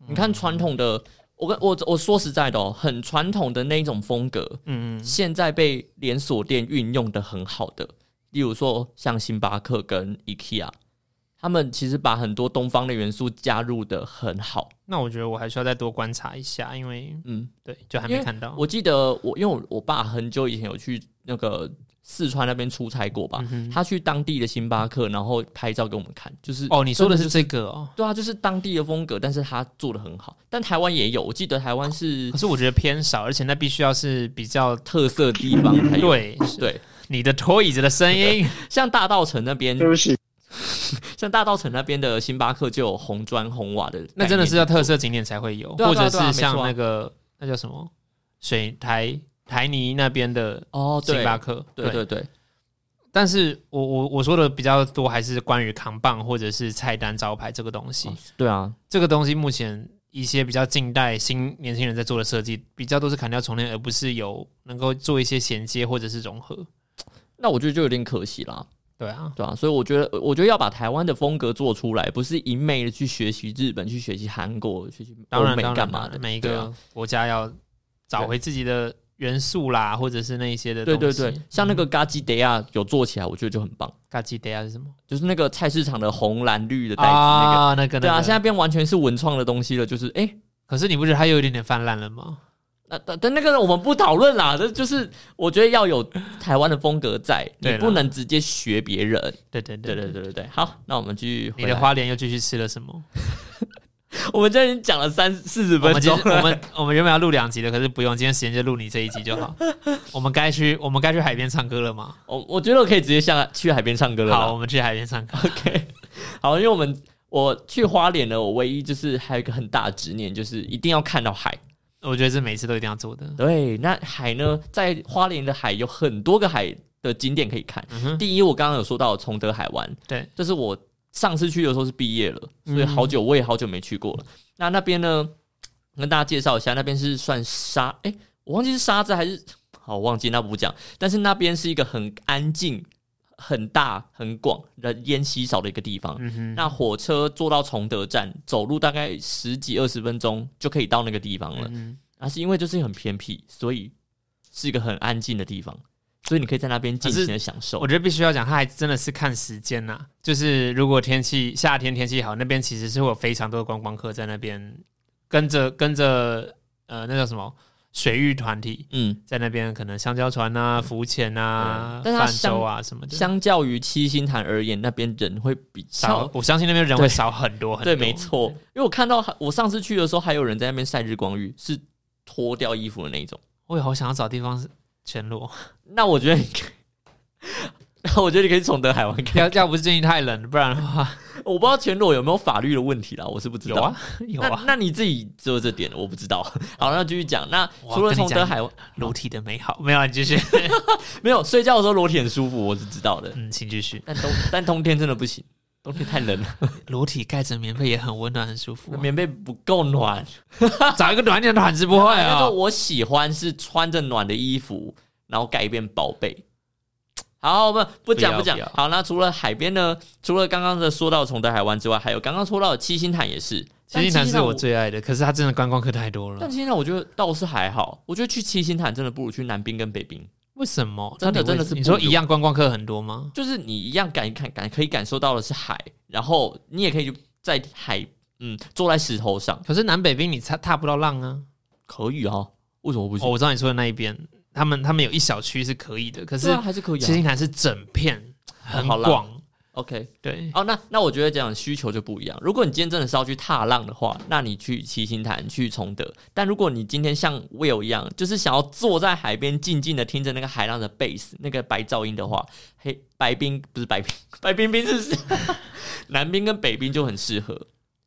S1: 嗯
S2: 你看传统的，我跟我我说实在的哦，很传统的那一种风格，
S1: 嗯嗯
S2: 现在被连锁店运用的很好的，例如说像星巴克跟 IKEA，他们其实把很多东方的元素加入的很好。
S1: 那我觉得我还需要再多观察一下，因为
S2: 嗯，
S1: 对，就还
S2: 因
S1: 没
S2: 为
S1: 看到。
S2: 我记得我因为我我爸很久以前有去那个四川那边出差过吧，
S1: 嗯哼
S2: 他去当地的星巴克，然后拍照给我们看，就是
S1: 哦，你说的
S2: 真
S1: 是这个哦，
S2: 对啊，就是当地的风格，但是他做的很好。但台湾也有，我记得台湾是
S1: 可是我觉得偏少，而且那必须要是比较
S2: 特色地方才有。
S1: 对
S2: 对，
S1: 你的拖椅子的声音。
S2: 像大道城那边
S3: 对不起，
S2: 像大道城那边的星巴克就有红砖红瓦的概念，
S1: 那真的是要特色景点才会有，
S2: 对啊
S1: 或
S2: 对啊
S1: 者
S2: 对啊
S1: 是
S2: 没
S1: 像
S2: 错啊
S1: 那个那叫什么水台台泥那边的
S2: 哦，对
S1: 星巴克，
S2: 对对对，
S1: 但是我我我说的比较多还是关于扛棒或者是菜单招牌这个东西，
S2: 哦对啊，
S1: 这个东西目前。一些比较近代新年轻人在做的设计，比较都是砍掉重练，而不是有能够做一些衔接或者是融合。
S2: 那我觉得就有点可惜啦，
S1: 对啊，
S2: 对啊，所以我觉得我觉得要把台湾的风格做出来，不是一昧的去学习日本、去学习韩国、去去
S1: 当
S2: 欧
S1: 然
S2: 美
S1: 当
S2: 干
S1: 然
S2: 嘛
S1: 当
S2: 的，
S1: 然每一
S2: 对
S1: 个
S2: 啊
S1: 国家要找回自己的元素啦，或者是那一些的
S2: 对
S1: 东
S2: 对
S1: 西。嗯
S2: 对，像那个嘎吉德亚有做起来，我觉得就很棒，
S1: 嘎吉德亚是什么？
S2: 就是那个菜市场的红蓝绿的袋子那个。
S1: 啊，那个
S2: 对啊，
S1: 那个
S2: 现在变完全是文创的东西了，就是哎、
S1: 可是你不觉得它有一点点泛滥了吗？
S2: 那但但那个我们不讨论啦，这就是我觉得要有台湾的风格在，你
S1: 对啦
S2: 不能直接学别人。
S1: 对对
S2: 对对对对对，好，那我们继续回
S1: 你
S2: 来。
S1: 的花莲又继续吃了什么？
S2: 我们这已经讲了三四十
S1: 我
S2: 分
S1: 们今
S2: 钟
S1: 我
S2: 了，
S1: 们我们原本要录两集的，可是不用，今天时间就录你这一集就 好。我们该去我们该去海边唱歌了吗？
S2: 我我觉得我可以直接下去海边唱歌了啦。
S1: 好，我们去海边唱歌。
S2: ，OK，好，因为我们我去花莲呢，我唯一就是还有一个很大的执念，就是一定要看到海。
S1: 我觉得这每次都一定要做的。
S2: 对，那海呢，在花莲的海有很多个海的景点可以看。
S1: 嗯哼，
S2: 第一，我刚刚有说到崇德海湾，
S1: 对，
S2: 这是我上次去的时候是毕业了，所以
S1: 嗯
S2: 好久我也好久没去过了。那那边呢，跟大家介绍一下，那边是算沙，哎、我忘记是沙子还是好，我忘记那不讲。但是那边是一个很安静、很大、很广、人烟稀少的一个地方。
S1: 嗯哼，
S2: 那火车坐到崇德站，走路大概十几二十分钟就可以到那个地方了。
S1: 嗯
S2: 啊，是因为就是很偏僻，所以是一个很安静的地方，所以你可以在那边尽
S1: 可是
S2: 情的享受嗯
S1: 我。觉得必须要讲，它还真的是看时间呐、就是如果天气夏天天气好，那边其实是会有非常多的观光客在那边跟着跟着呃那叫什么水域团体
S2: 嗯，
S1: 在那边，可能香蕉船啊、浮潜啊、
S2: 对但是它
S1: 泛舟啊什么的。
S2: 相较于七星潭而言，那边人会比
S1: 少
S2: 较，。
S1: 我相信那边人
S2: 对
S1: 会少很多很多。
S2: 对，没错，因为我看到我上次去的时候，还有人在那边晒日光浴，是脱掉衣服的那一种。
S1: 我也好想要找地方是全裸，
S2: 那我觉得你可以， 我觉得你可以从德海湾 看。
S1: 要要不是最近太冷，不然的 话
S2: 我不知道全裸有没有法律的问题啦，我是不知
S1: 有
S2: 道。
S1: 啊有啊
S2: 那，那你自己只有这点，我不知道。好，那继续讲。那
S1: 哇
S2: 除了
S1: 跟你
S2: 崇德
S1: 讲
S2: 海湾，
S1: 裸体的美好没有啊，你继续，
S2: 没有睡觉的时候裸体很舒服，我是知道的。
S1: 嗯，请继续。
S2: 但冬 但冬天真的不行，冬天太冷了，
S1: 裸体盖着棉被也很温暖，很舒服啊、
S2: 棉被不够暖。
S1: 找一个暖一点的毯子不会
S2: 那
S1: 啊、
S2: 个我喜欢是穿着暖的衣服，然后盖一遍薄被。好，不不讲
S1: 不要
S2: 不讲
S1: 不要。
S2: 好，那除了海边呢？除了刚刚的说到崇德海湾之外，还有刚刚说到的七星潭也是。
S1: 七星
S2: 但
S1: 潭是我，最爱的，可是它真的观光客太多了。
S2: 但七星潭我觉得倒是还好。我觉得去七星潭真的不如去南滨跟北滨，
S1: 为什么？
S2: 真的
S1: 到底为
S2: 真的是
S1: 你
S2: 不
S1: 说
S2: 如
S1: 一样观光客很多吗？
S2: 就是你一样感感感可以感受到的是海，然后你也可以在海嗯坐在石头上，
S1: 可是南北冰你踏踏不到浪啊。
S2: 可以哦。为什么不行？
S1: 哦，我知道你说的那一边，他们他们有一小区是可以的，可
S2: 对
S1: 是
S2: 啊还是可以、啊。
S1: 七星潭是整片很
S2: 好啦
S1: 广，
S2: OK，
S1: 对，
S2: 哦，那那我觉得这样需求就不一样。如果你今天真的是要去踏浪的话，那你去七星潭、去崇德；但如果你今天像 Will 一样，就是想要坐在海边静静的听着那个海浪的 bass、那个白噪音的话，黑白冰不是白冰，白冰冰是南冰跟北冰就很适合，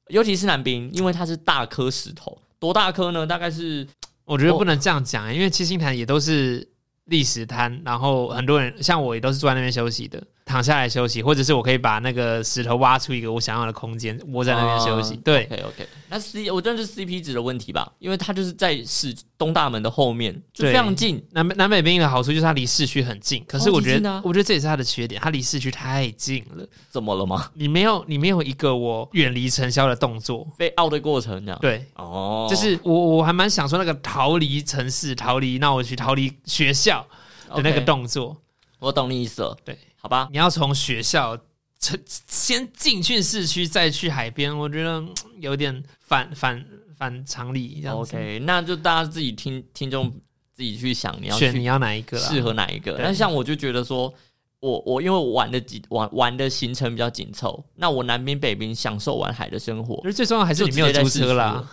S2: 尤其是南冰，因为它是大颗石头，多大颗呢？大概是
S1: 我觉得不能这样讲、因为七星潭也都是砾石滩，然后很多人像我也都是坐在那边休息的，躺下来休息，或者是我可以把那个石头挖出一个我想要的空间，窝在那边休息。
S2: 啊
S1: 对，
S2: OK OK，那 C 我真的是 CP 值的问题吧，因为它就是在市东大门的后面，就非
S1: 对
S2: 常近。
S1: 南南北冰的好处就是它离市区很近，可是
S2: 超级
S1: 我觉
S2: 近
S1: 得，
S2: 啊
S1: 我觉得这也是它的缺点，它离市区太近了。
S2: 怎么了吗？
S1: 你没有，你没有一个我远离尘嚣的动作。
S2: 被傲的过程这样。
S1: 对，
S2: 哦，
S1: 就是我我还蛮享受那个逃离城市、逃离闹区、逃离学校的那个
S2: OK，
S1: 动作。
S2: 我懂你意思了。
S1: 对，
S2: 好吧，
S1: 你要从学校趁先进去市区，再去海边，我觉得嗯有点反反反常理这样子。
S2: 哦 OK，那就大家自己听听众自己去想，你要
S1: 选你
S2: 去
S1: 要哪一个啦？
S2: 适合哪一个。
S1: 对
S2: 那像我就觉得说，我我因为我玩的紧玩玩的行程比较紧凑，那我南边北边享受玩海的生活
S1: 我觉，得最重要还是
S2: 就
S1: 你没有
S2: 直接在
S1: 租
S2: 市区
S1: 车啦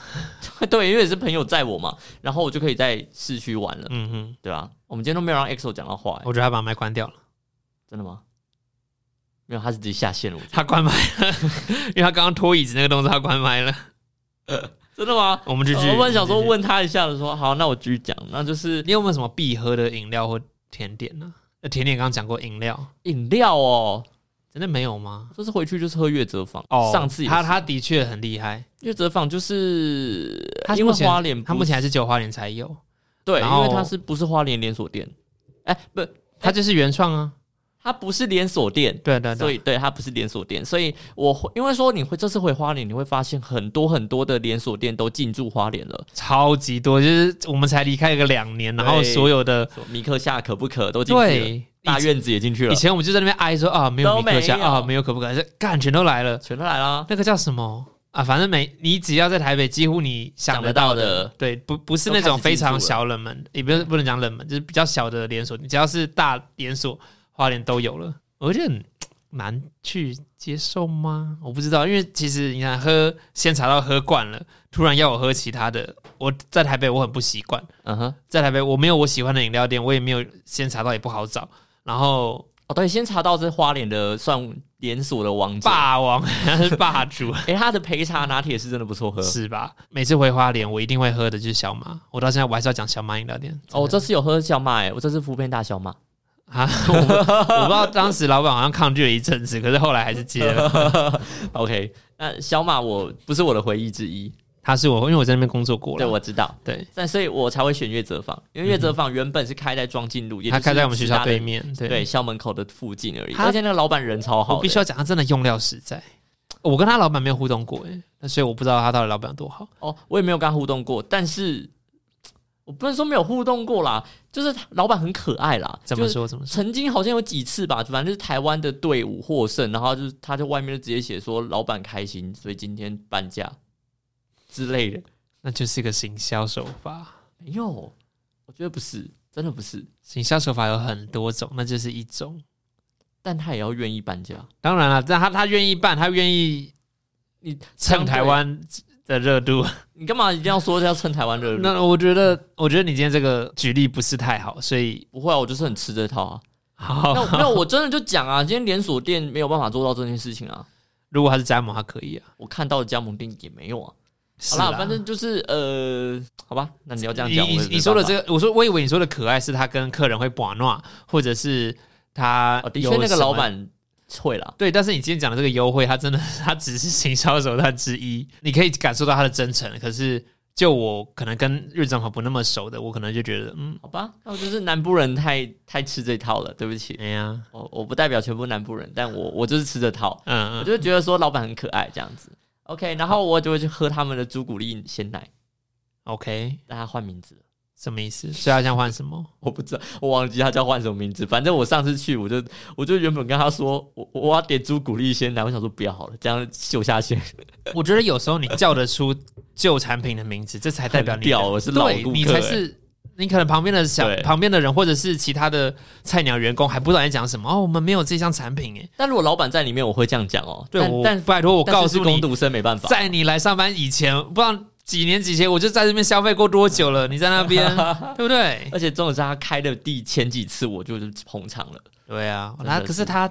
S2: 了。 对，因为是朋友载我嘛，然后我就可以在市区玩了，
S1: 嗯哦哼，
S2: 对吧？我们今天都没有让 EXO 讲到话、欸
S1: 我觉得他把麦关掉了。
S2: 真的吗？没有，他是直接下线了。我
S1: 他关麦了， 因为他刚刚拖椅子那个动作，他关麦了。
S2: 真的吗？
S1: 我们继续。
S2: 我本想说
S1: 我们
S2: 问他一下的，说好，那我继续讲，那就是
S1: 继续，你有没有什么必喝的饮料或甜点呢、呃甜点刚刚讲过，饮料
S2: 饮料哦，
S1: 真的没有吗？
S2: 这次回去就是喝月泽坊。上次也
S1: 哦他
S2: 是
S1: 他的确很厉害，
S2: 月泽坊就是
S1: 他
S2: 因为
S1: 目前
S2: 花莲不，哎
S1: 他目前还是只有花莲才有，
S2: 对，
S1: 然
S2: 因
S1: 后
S2: 为它是不是花莲连锁店？哎、不，
S1: 他就是原创啊。
S2: 它不是连锁店。
S1: 对对
S2: 所
S1: 对，
S2: 以，对它不是连锁店，所以我会因为说你会这次回花莲，你会发现很多很多的连锁店都进驻花莲了，
S1: 超级多，就是我们才离开个两年，然后
S2: 对
S1: 所有的
S2: 说米克夏可不可都进去了，
S1: 对
S2: 大
S1: 以
S2: 院子也进去了
S1: 以，前我们就在那边哀说啊，没有
S2: 都
S1: 米克家
S2: 没有
S1: 啊，没有可不可，干全都来了。
S2: 全都来啦。
S1: 那个叫什么啊？反正每你只要在台北，几乎你想得到
S2: 想得
S1: 的，
S2: 到的
S1: 对，不不是
S2: 都
S1: 那种
S2: 开
S1: 非
S2: 始进驻了
S1: 常小冷门，也不是不能讲冷门，就是比较小的连锁，你只要是大连锁，花莲都有了。我觉得很难去接受吗？我不知道，因为其实你看喝鲜茶到喝惯了，突然要我喝其他的，我在台北我很不习惯，
S2: 嗯哼，
S1: 在台北我没有我喜欢的饮料店，我也没有鲜茶到也不好找，然后
S2: 哦，对，仙茶道是花莲的算连锁的王者，
S1: 霸王，他是霸主，
S2: 哎、他的焙茶拿铁是真的不错喝。
S1: 是吧？每次回花莲，我一定会喝的就是小马，我到现在我还是要讲小马饮料店。
S2: 哦，我
S1: 真的
S2: 这次有喝小马、哎，我这次敷片大小马。
S1: 啊， 我不我不知道当时老板好像抗拒了一阵子，可是后来还是接了。
S2: OK，那小马我不是我的回忆之一，
S1: 他是我，因为我在那边工作过
S2: 对，
S1: 了，
S2: 我知道，
S1: 对，
S2: 但所以我才会选月泽坊，因为月泽坊原本是开在庄敬路，也
S1: 他
S2: 就是
S1: 开在我们学校
S2: 师大的
S1: 对面，对
S2: 对校门口的附近而已，
S1: 他
S2: 而且那个老板人超好
S1: 我
S2: 的，
S1: 必须要讲，他真的用料实在。我跟他老板没有互动过，哎，那所以我不知道他到底老板有多好。
S2: 哦，我也没有跟他互动过，但是我不能说没有互动过啦，就是他老板很可爱啦，
S1: 怎
S2: 就
S1: 么
S2: 是
S1: 说？怎么说？
S2: 曾经好像有几次吧，反正就是台湾的队伍获胜，然后就是他在外面就直接写说老板开心，所以今天半价之类的。
S1: 那就是一个行销手法。
S2: 没有，我觉得不是，真的不是，
S1: 行销手法有很多种，那就是一种。
S2: 但他也要愿意半价。
S1: 当然了，但他他愿意办，他愿意
S2: 你
S1: 蹭台湾的热度。
S2: 你干嘛一定要说要蹭台湾热度？
S1: 那我觉得，我觉得你今天这个举例不是太好，所以
S2: 不会啊，我就是很吃这套啊。
S1: 好
S2: 那没有，我真的就讲啊，今天连锁店没有办法做到这件事情啊。
S1: 如果他是加盟，他可以啊。
S2: 我看到的加盟店也没有啊。
S1: 是
S2: 好
S1: 啦，
S2: 啦，反正就是呃，好吧，那你要这样
S1: 你
S2: 讲，
S1: 你
S2: 我也没
S1: 你说的
S2: 办法
S1: 这个，我说我以为你说的可爱是他跟客人会把闹，或者是他
S2: 哦的
S1: 有
S2: 确那
S1: 什
S2: 个
S1: 么
S2: 老板会啦，
S1: 对，但是你今天讲的这个优惠，它真的它只是行销手段之一，你可以感受到它的真诚。可是就我可能跟日常好不那么熟的，我可能就觉得，嗯，
S2: 好吧，那我哦就是南部人太太吃这套了，对不起，
S1: 哎呀，
S2: 我我不代表全部南部人，但我我就是吃这套，我
S1: 嗯嗯，
S2: 就是觉得说老板很可爱这样子。OK，然后我就会去喝他们的朱古力鲜奶，
S1: ，OK，
S2: 但他换名字了，
S1: 什么意思？所以他想换什么？
S2: 我不知道，我忘记他叫换什么名字。反正我上次去，我就我就原本跟他说，我我要点朱古力鲜奶，我想说不要好了，这样秀下去
S1: 我觉得有时候你叫得出旧产品的名字，这才代表
S2: 很
S1: 你
S2: 屌
S1: 的
S2: 我是老
S1: 对
S2: 顾
S1: 你
S2: 客
S1: 才
S2: 欸
S1: 是。你可能旁边的小
S2: 对
S1: 旁边的人，或者是其他的菜鸟员工还不知道你在讲什么哦，我们没有这项产品哎，
S2: 但如果老板在里面，我会这样讲哦。
S1: 对
S2: 但
S1: 我
S2: 但
S1: 拜托我
S2: 但是
S1: 告
S2: 是
S1: 诉你
S2: 工，读生没办法。
S1: 在 你来上班以前，不知道几年几前，我就在这边消费过多久了？你在那边，对不对？
S2: 而且重点是他开的第前几次，我就是捧场了。
S1: 对啊，
S2: 真的
S1: 那
S2: 是
S1: 可是他，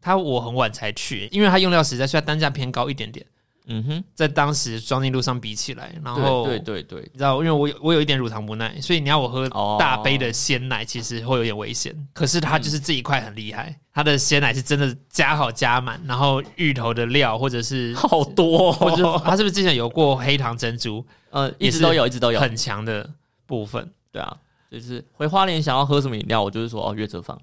S1: 他我很晚才去，因为他用料实在，所以他单价偏高一点点，
S2: 嗯哼，
S1: 在当时装进路上比起来，然后
S2: 对对对对，
S1: 你知道，因为我有我有一点乳糖不耐，所以你要我喝
S2: 哦
S1: 大杯的鲜奶，其实会有点危险。可是它就是这一块很厉
S2: 嗯
S1: 害，它的鲜奶是真的加好加满，然后芋头的料或者是
S2: 好多、
S1: 或者
S2: 哦，
S1: 是它是不是之前有过黑糖珍珠
S2: 嗯，一
S1: 也
S2: 直
S1: 是
S2: 都有，一直都有。
S1: 很强的部分？
S2: 对啊，就是回花莲想要喝什么饮料，我就是说哦，月泽坊。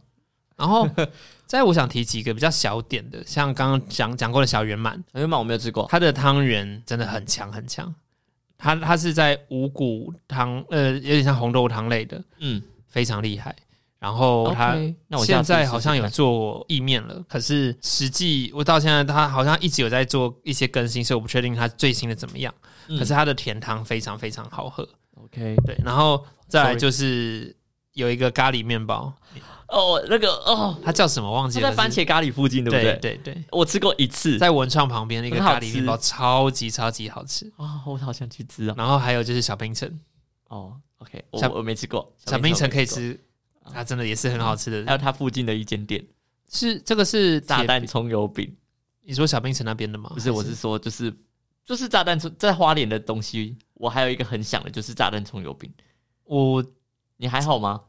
S1: 然后， 再我想提几个比较小点的，像刚刚讲讲过的小圆满，
S2: 因为嘛，我没有吃过。
S1: 它的汤圆真的很强很强。它它是在五谷汤，呃，有点像红豆汤类的，
S2: 嗯
S1: 非常厉害。然后它
S2: OK，那我下
S1: 现
S2: 次试试
S1: 在好像有
S2: 看
S1: 做意面了，可是实际我到现在它好像一直有在做一些更新，所以我不确定它最新的怎么样。
S2: 嗯
S1: 可是它的甜汤非常非常好喝，
S2: OK
S1: 对。然后再来
S2: Sorry
S1: 就是有一个咖喱面包，
S2: 哦，那个哦，
S1: 它叫什么忘
S2: 它
S1: 记
S2: 在
S1: 了？
S2: 番茄咖喱附近，对不对？
S1: 对对对。
S2: 我吃过一次
S1: 在文创旁边那个
S2: 很好
S1: 咖喱面包超级超级好吃。
S2: 啊、我好想去吃啊。
S1: 然后还有就是小冰城，
S2: 哦，OK，我
S1: 小
S2: 我没吃过。
S1: 小冰城可以
S2: 我没吃
S1: 吃，它真的也是很好吃
S2: 过，还有
S1: 的。
S2: 它附近的一间店，
S1: 是这个是
S2: 炸
S1: 铁
S2: 弹葱油饼。
S1: 你说小冰城那边的吗？
S2: 不是，我
S1: 还
S2: 是说，就是就是炸弹葱在花莲的东西，我还有一个很想的，就是炸弹葱油饼。
S1: 我
S2: 你还好吗？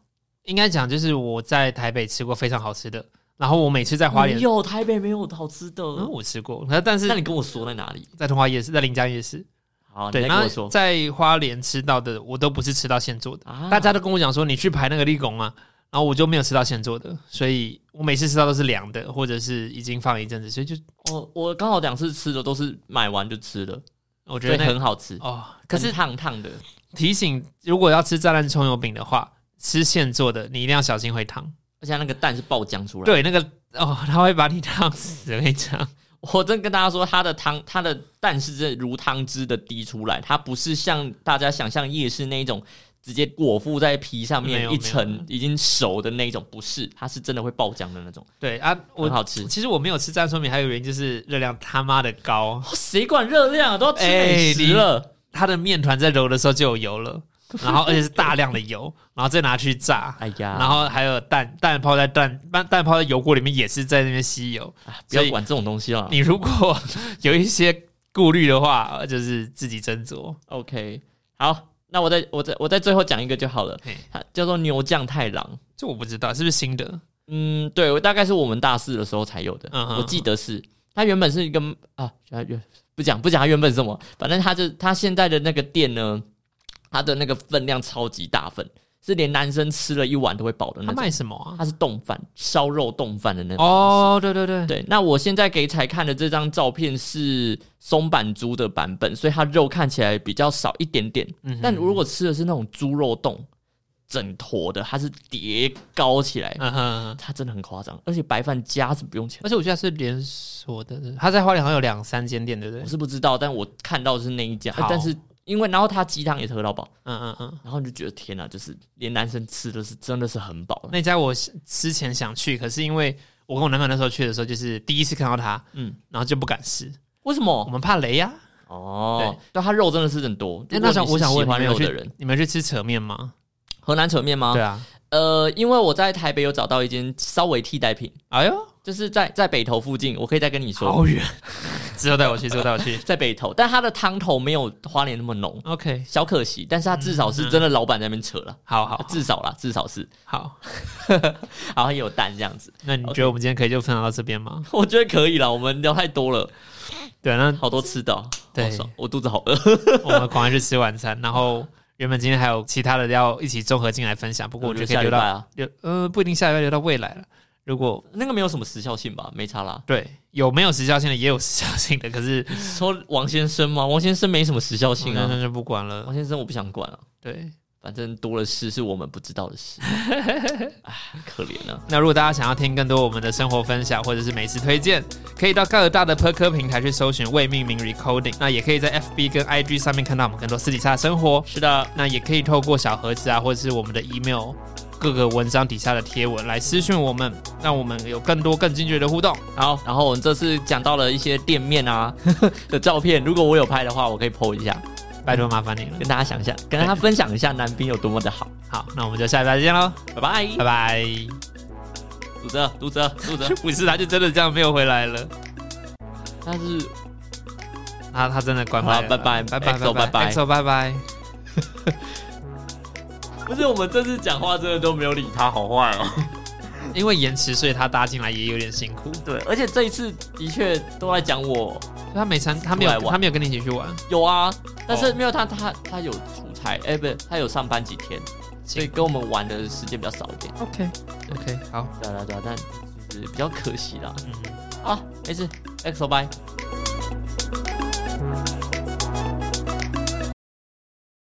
S1: 应该讲就是我在台北吃过非常好吃的，然后我每次在花莲
S2: 没，有台北没有好吃的。
S1: 嗯，我吃过，那但是
S2: 那你跟我说在哪里？
S1: 在通化夜市，在临江夜市，
S2: 好，你
S1: 对，
S2: 再
S1: 然
S2: 跟我
S1: 后
S2: 说。
S1: 在花莲吃到的我都不是吃到现做的，
S2: 啊
S1: 大家都跟我讲说你去排那个立功啊，然后我就没有吃到现做的，所以我每次吃到都是凉的，或者是已经放一阵子，所以就
S2: 我我刚好两次吃的都是买完就吃了，
S1: 我觉得
S2: 所以
S1: 那个
S2: 很好吃。
S1: 哦，可
S2: 很
S1: 是
S2: 烫烫的，
S1: 提醒，如果要吃炸弹葱油饼的话，吃现做的你一定要小心会烫。
S2: 而且它那个蛋是爆浆出来。，
S1: 对，那个哦，它会把你烫死，我跟你讲。
S2: 我真跟大家说，它的汤它的蛋是真的如汤汁的滴出来，它不是像大家想象夜市那一种。直接裹附在皮上
S1: 没
S2: 面
S1: 有
S2: 一
S1: 没
S2: 层
S1: 有
S2: 已经熟的那一种，不是，它是真的会爆浆的那种。
S1: 对啊，
S2: 很
S1: 我
S2: 好吃。
S1: 其实我没有吃炸弹葱油饼，还有原因就是热量他妈的高，
S2: 谁管热量啊？都要吃美食了。
S1: 它的面团在揉的时候就有油了，然后而且是大量的油，然后再拿去炸，
S2: 哎呀，
S1: 然后还有蛋蛋泡在蛋蛋蛋泡在油锅里面也是在那边吸油。
S2: 啊不要管这种东西了。
S1: 你如果有一些顾虑的话，呃就是自己斟酌。
S2: OK，好，那我再我再我再最后讲一个就好了
S1: 嘿，
S2: 它叫做牛酱太郎。
S1: 这我不知道是不是新的，
S2: 嗯，对，我大概是我们大四的时候才有的，
S1: 嗯哼
S2: 我记得是它原本是一个啊，它原不讲不讲它原本是什么，反正它就它现在的那个店呢，它的那个分量超级大份，是连男生吃了一碗都会饱的那
S1: 它
S2: 种。
S1: 卖什么啊？
S2: 它是冻饭，烧肉冻饭的那种。
S1: 哦，对对对，
S2: 嗯对，那我现在给彩看的这张照片是松板猪的版本，所以它肉看起来比较少一点点。
S1: 嗯哼
S2: 但如果吃的是那种猪肉冻，整坨的，它是叠高起来，
S1: 嗯哼，
S2: 它真的很夸张。而且白饭加是不用钱，
S1: 而且我记得它是连锁的，它在花莲好像有两三间店，对不对
S2: 我？是不知道，但我看到的是那一家
S1: 好，
S2: 但是因为然后它鸡汤也喝到饱，
S1: 嗯嗯嗯。
S2: 然后你就觉得天哪、就是连男生吃的是真的是很饱了。
S1: 那家我是之前想去，可是因为我跟我男朋友那时候去的时候，就是第一次看到它，
S2: 嗯，
S1: 然后就不敢试，
S2: 为什
S1: 我
S2: 么？
S1: 们怕雷呀、
S2: 哦，对，它肉真的是很多。
S1: 哎那那
S2: 如果
S1: 时候
S2: 你
S1: 我
S2: 是
S1: 想
S2: 喜
S1: 问你
S2: 欢
S1: 们有
S2: 肉
S1: 去
S2: 的人，
S1: 你们有去吃扯面吗？
S2: 河南扯面吗？
S1: 对啊，
S2: 呃，因为我在台北有找到一间稍微替代品，
S1: 哎呦，
S2: 就是在在北投附近，我可以再跟你说，
S1: 好远， 之后带我去，之后带我去。
S2: 在北投，但它的汤头没有花莲那么浓，
S1: OK，
S2: 小可惜，但是它至少是真的老板在那边扯了，
S1: 好好
S2: 至少啦，至少是，
S1: 好，
S2: 然后也有蛋这样子，
S1: 那你觉得我们今天可以就分享到这边吗？
S2: 我觉得可以了，我们聊太多了，
S1: 对，啊那
S2: 好多吃的哦，
S1: 对
S2: 好爽，我肚子好饿，
S1: 我们狂爱去吃晚餐， 然后原本今天还有其他的要一起综合进来分享，不过我 觉得可以
S2: 下礼
S1: 留
S2: 拜
S1: 到
S2: 啊，
S1: 留呃不一定下礼拜留到未来了。如果
S2: 那个没有什么时效性吧，没差啦。
S1: 对有没有时效性的，也有时效性的，可是
S2: 说王先生吗？王先生没什么时效性
S1: 那
S2: 啊，
S1: 那就不管了
S2: 王。先生我不想管啊，
S1: 对。
S2: 反正多的是是我们不知道 的事，哎，可怜啊。
S1: 那如果大家想要听更多我们的生活分享或者是美食推荐，可以到各大的 p 科平台去搜寻“未命名 Recording”，那也可以在 FB 跟 IG 上面看到我们更多私底下的生活。
S2: 是的，
S1: 那也可以透过小盒子啊，或者是我们的 email 各个文章底下的贴文来私讯我们，让我们有更多更精确的互动。
S2: 好，然后我们这次讲到了一些店面 啊的照片，如果我有拍的话，我可以 PO 一下，
S1: 拜托麻烦你了。
S2: 跟大家想一下，跟大家分享一下南滨有多么的好。
S1: 好，那我们就下礼拜再见喽，
S2: 拜拜，
S1: 拜拜。
S2: 读者，读者，读 者，
S1: 不是，他就真的这样没有回来了，
S2: 但是
S1: 他他真的关麦了。
S2: 好拜拜
S1: 拜拜
S2: XO
S1: 拜
S2: 拜拜
S1: ，XO 拜拜。
S2: 不是我们这次讲话真的都没有理他，好坏哦。
S1: 因为延迟，所以他搭进来也有点辛苦。
S2: 对，而且这一次的确都在讲我
S1: 他没参，他没
S2: 出来
S1: 有，
S2: 玩
S1: 他没有跟你一起去玩，
S2: 有啊，但是没有他，他他有出差，哎、不是，他有上班几天，所以跟我们玩的时间比较少一点。
S1: OK OK，好，
S2: 对啊对啊对啊，但就是比较可惜啦。
S1: 嗯。
S2: 啊，没事，XO 拜。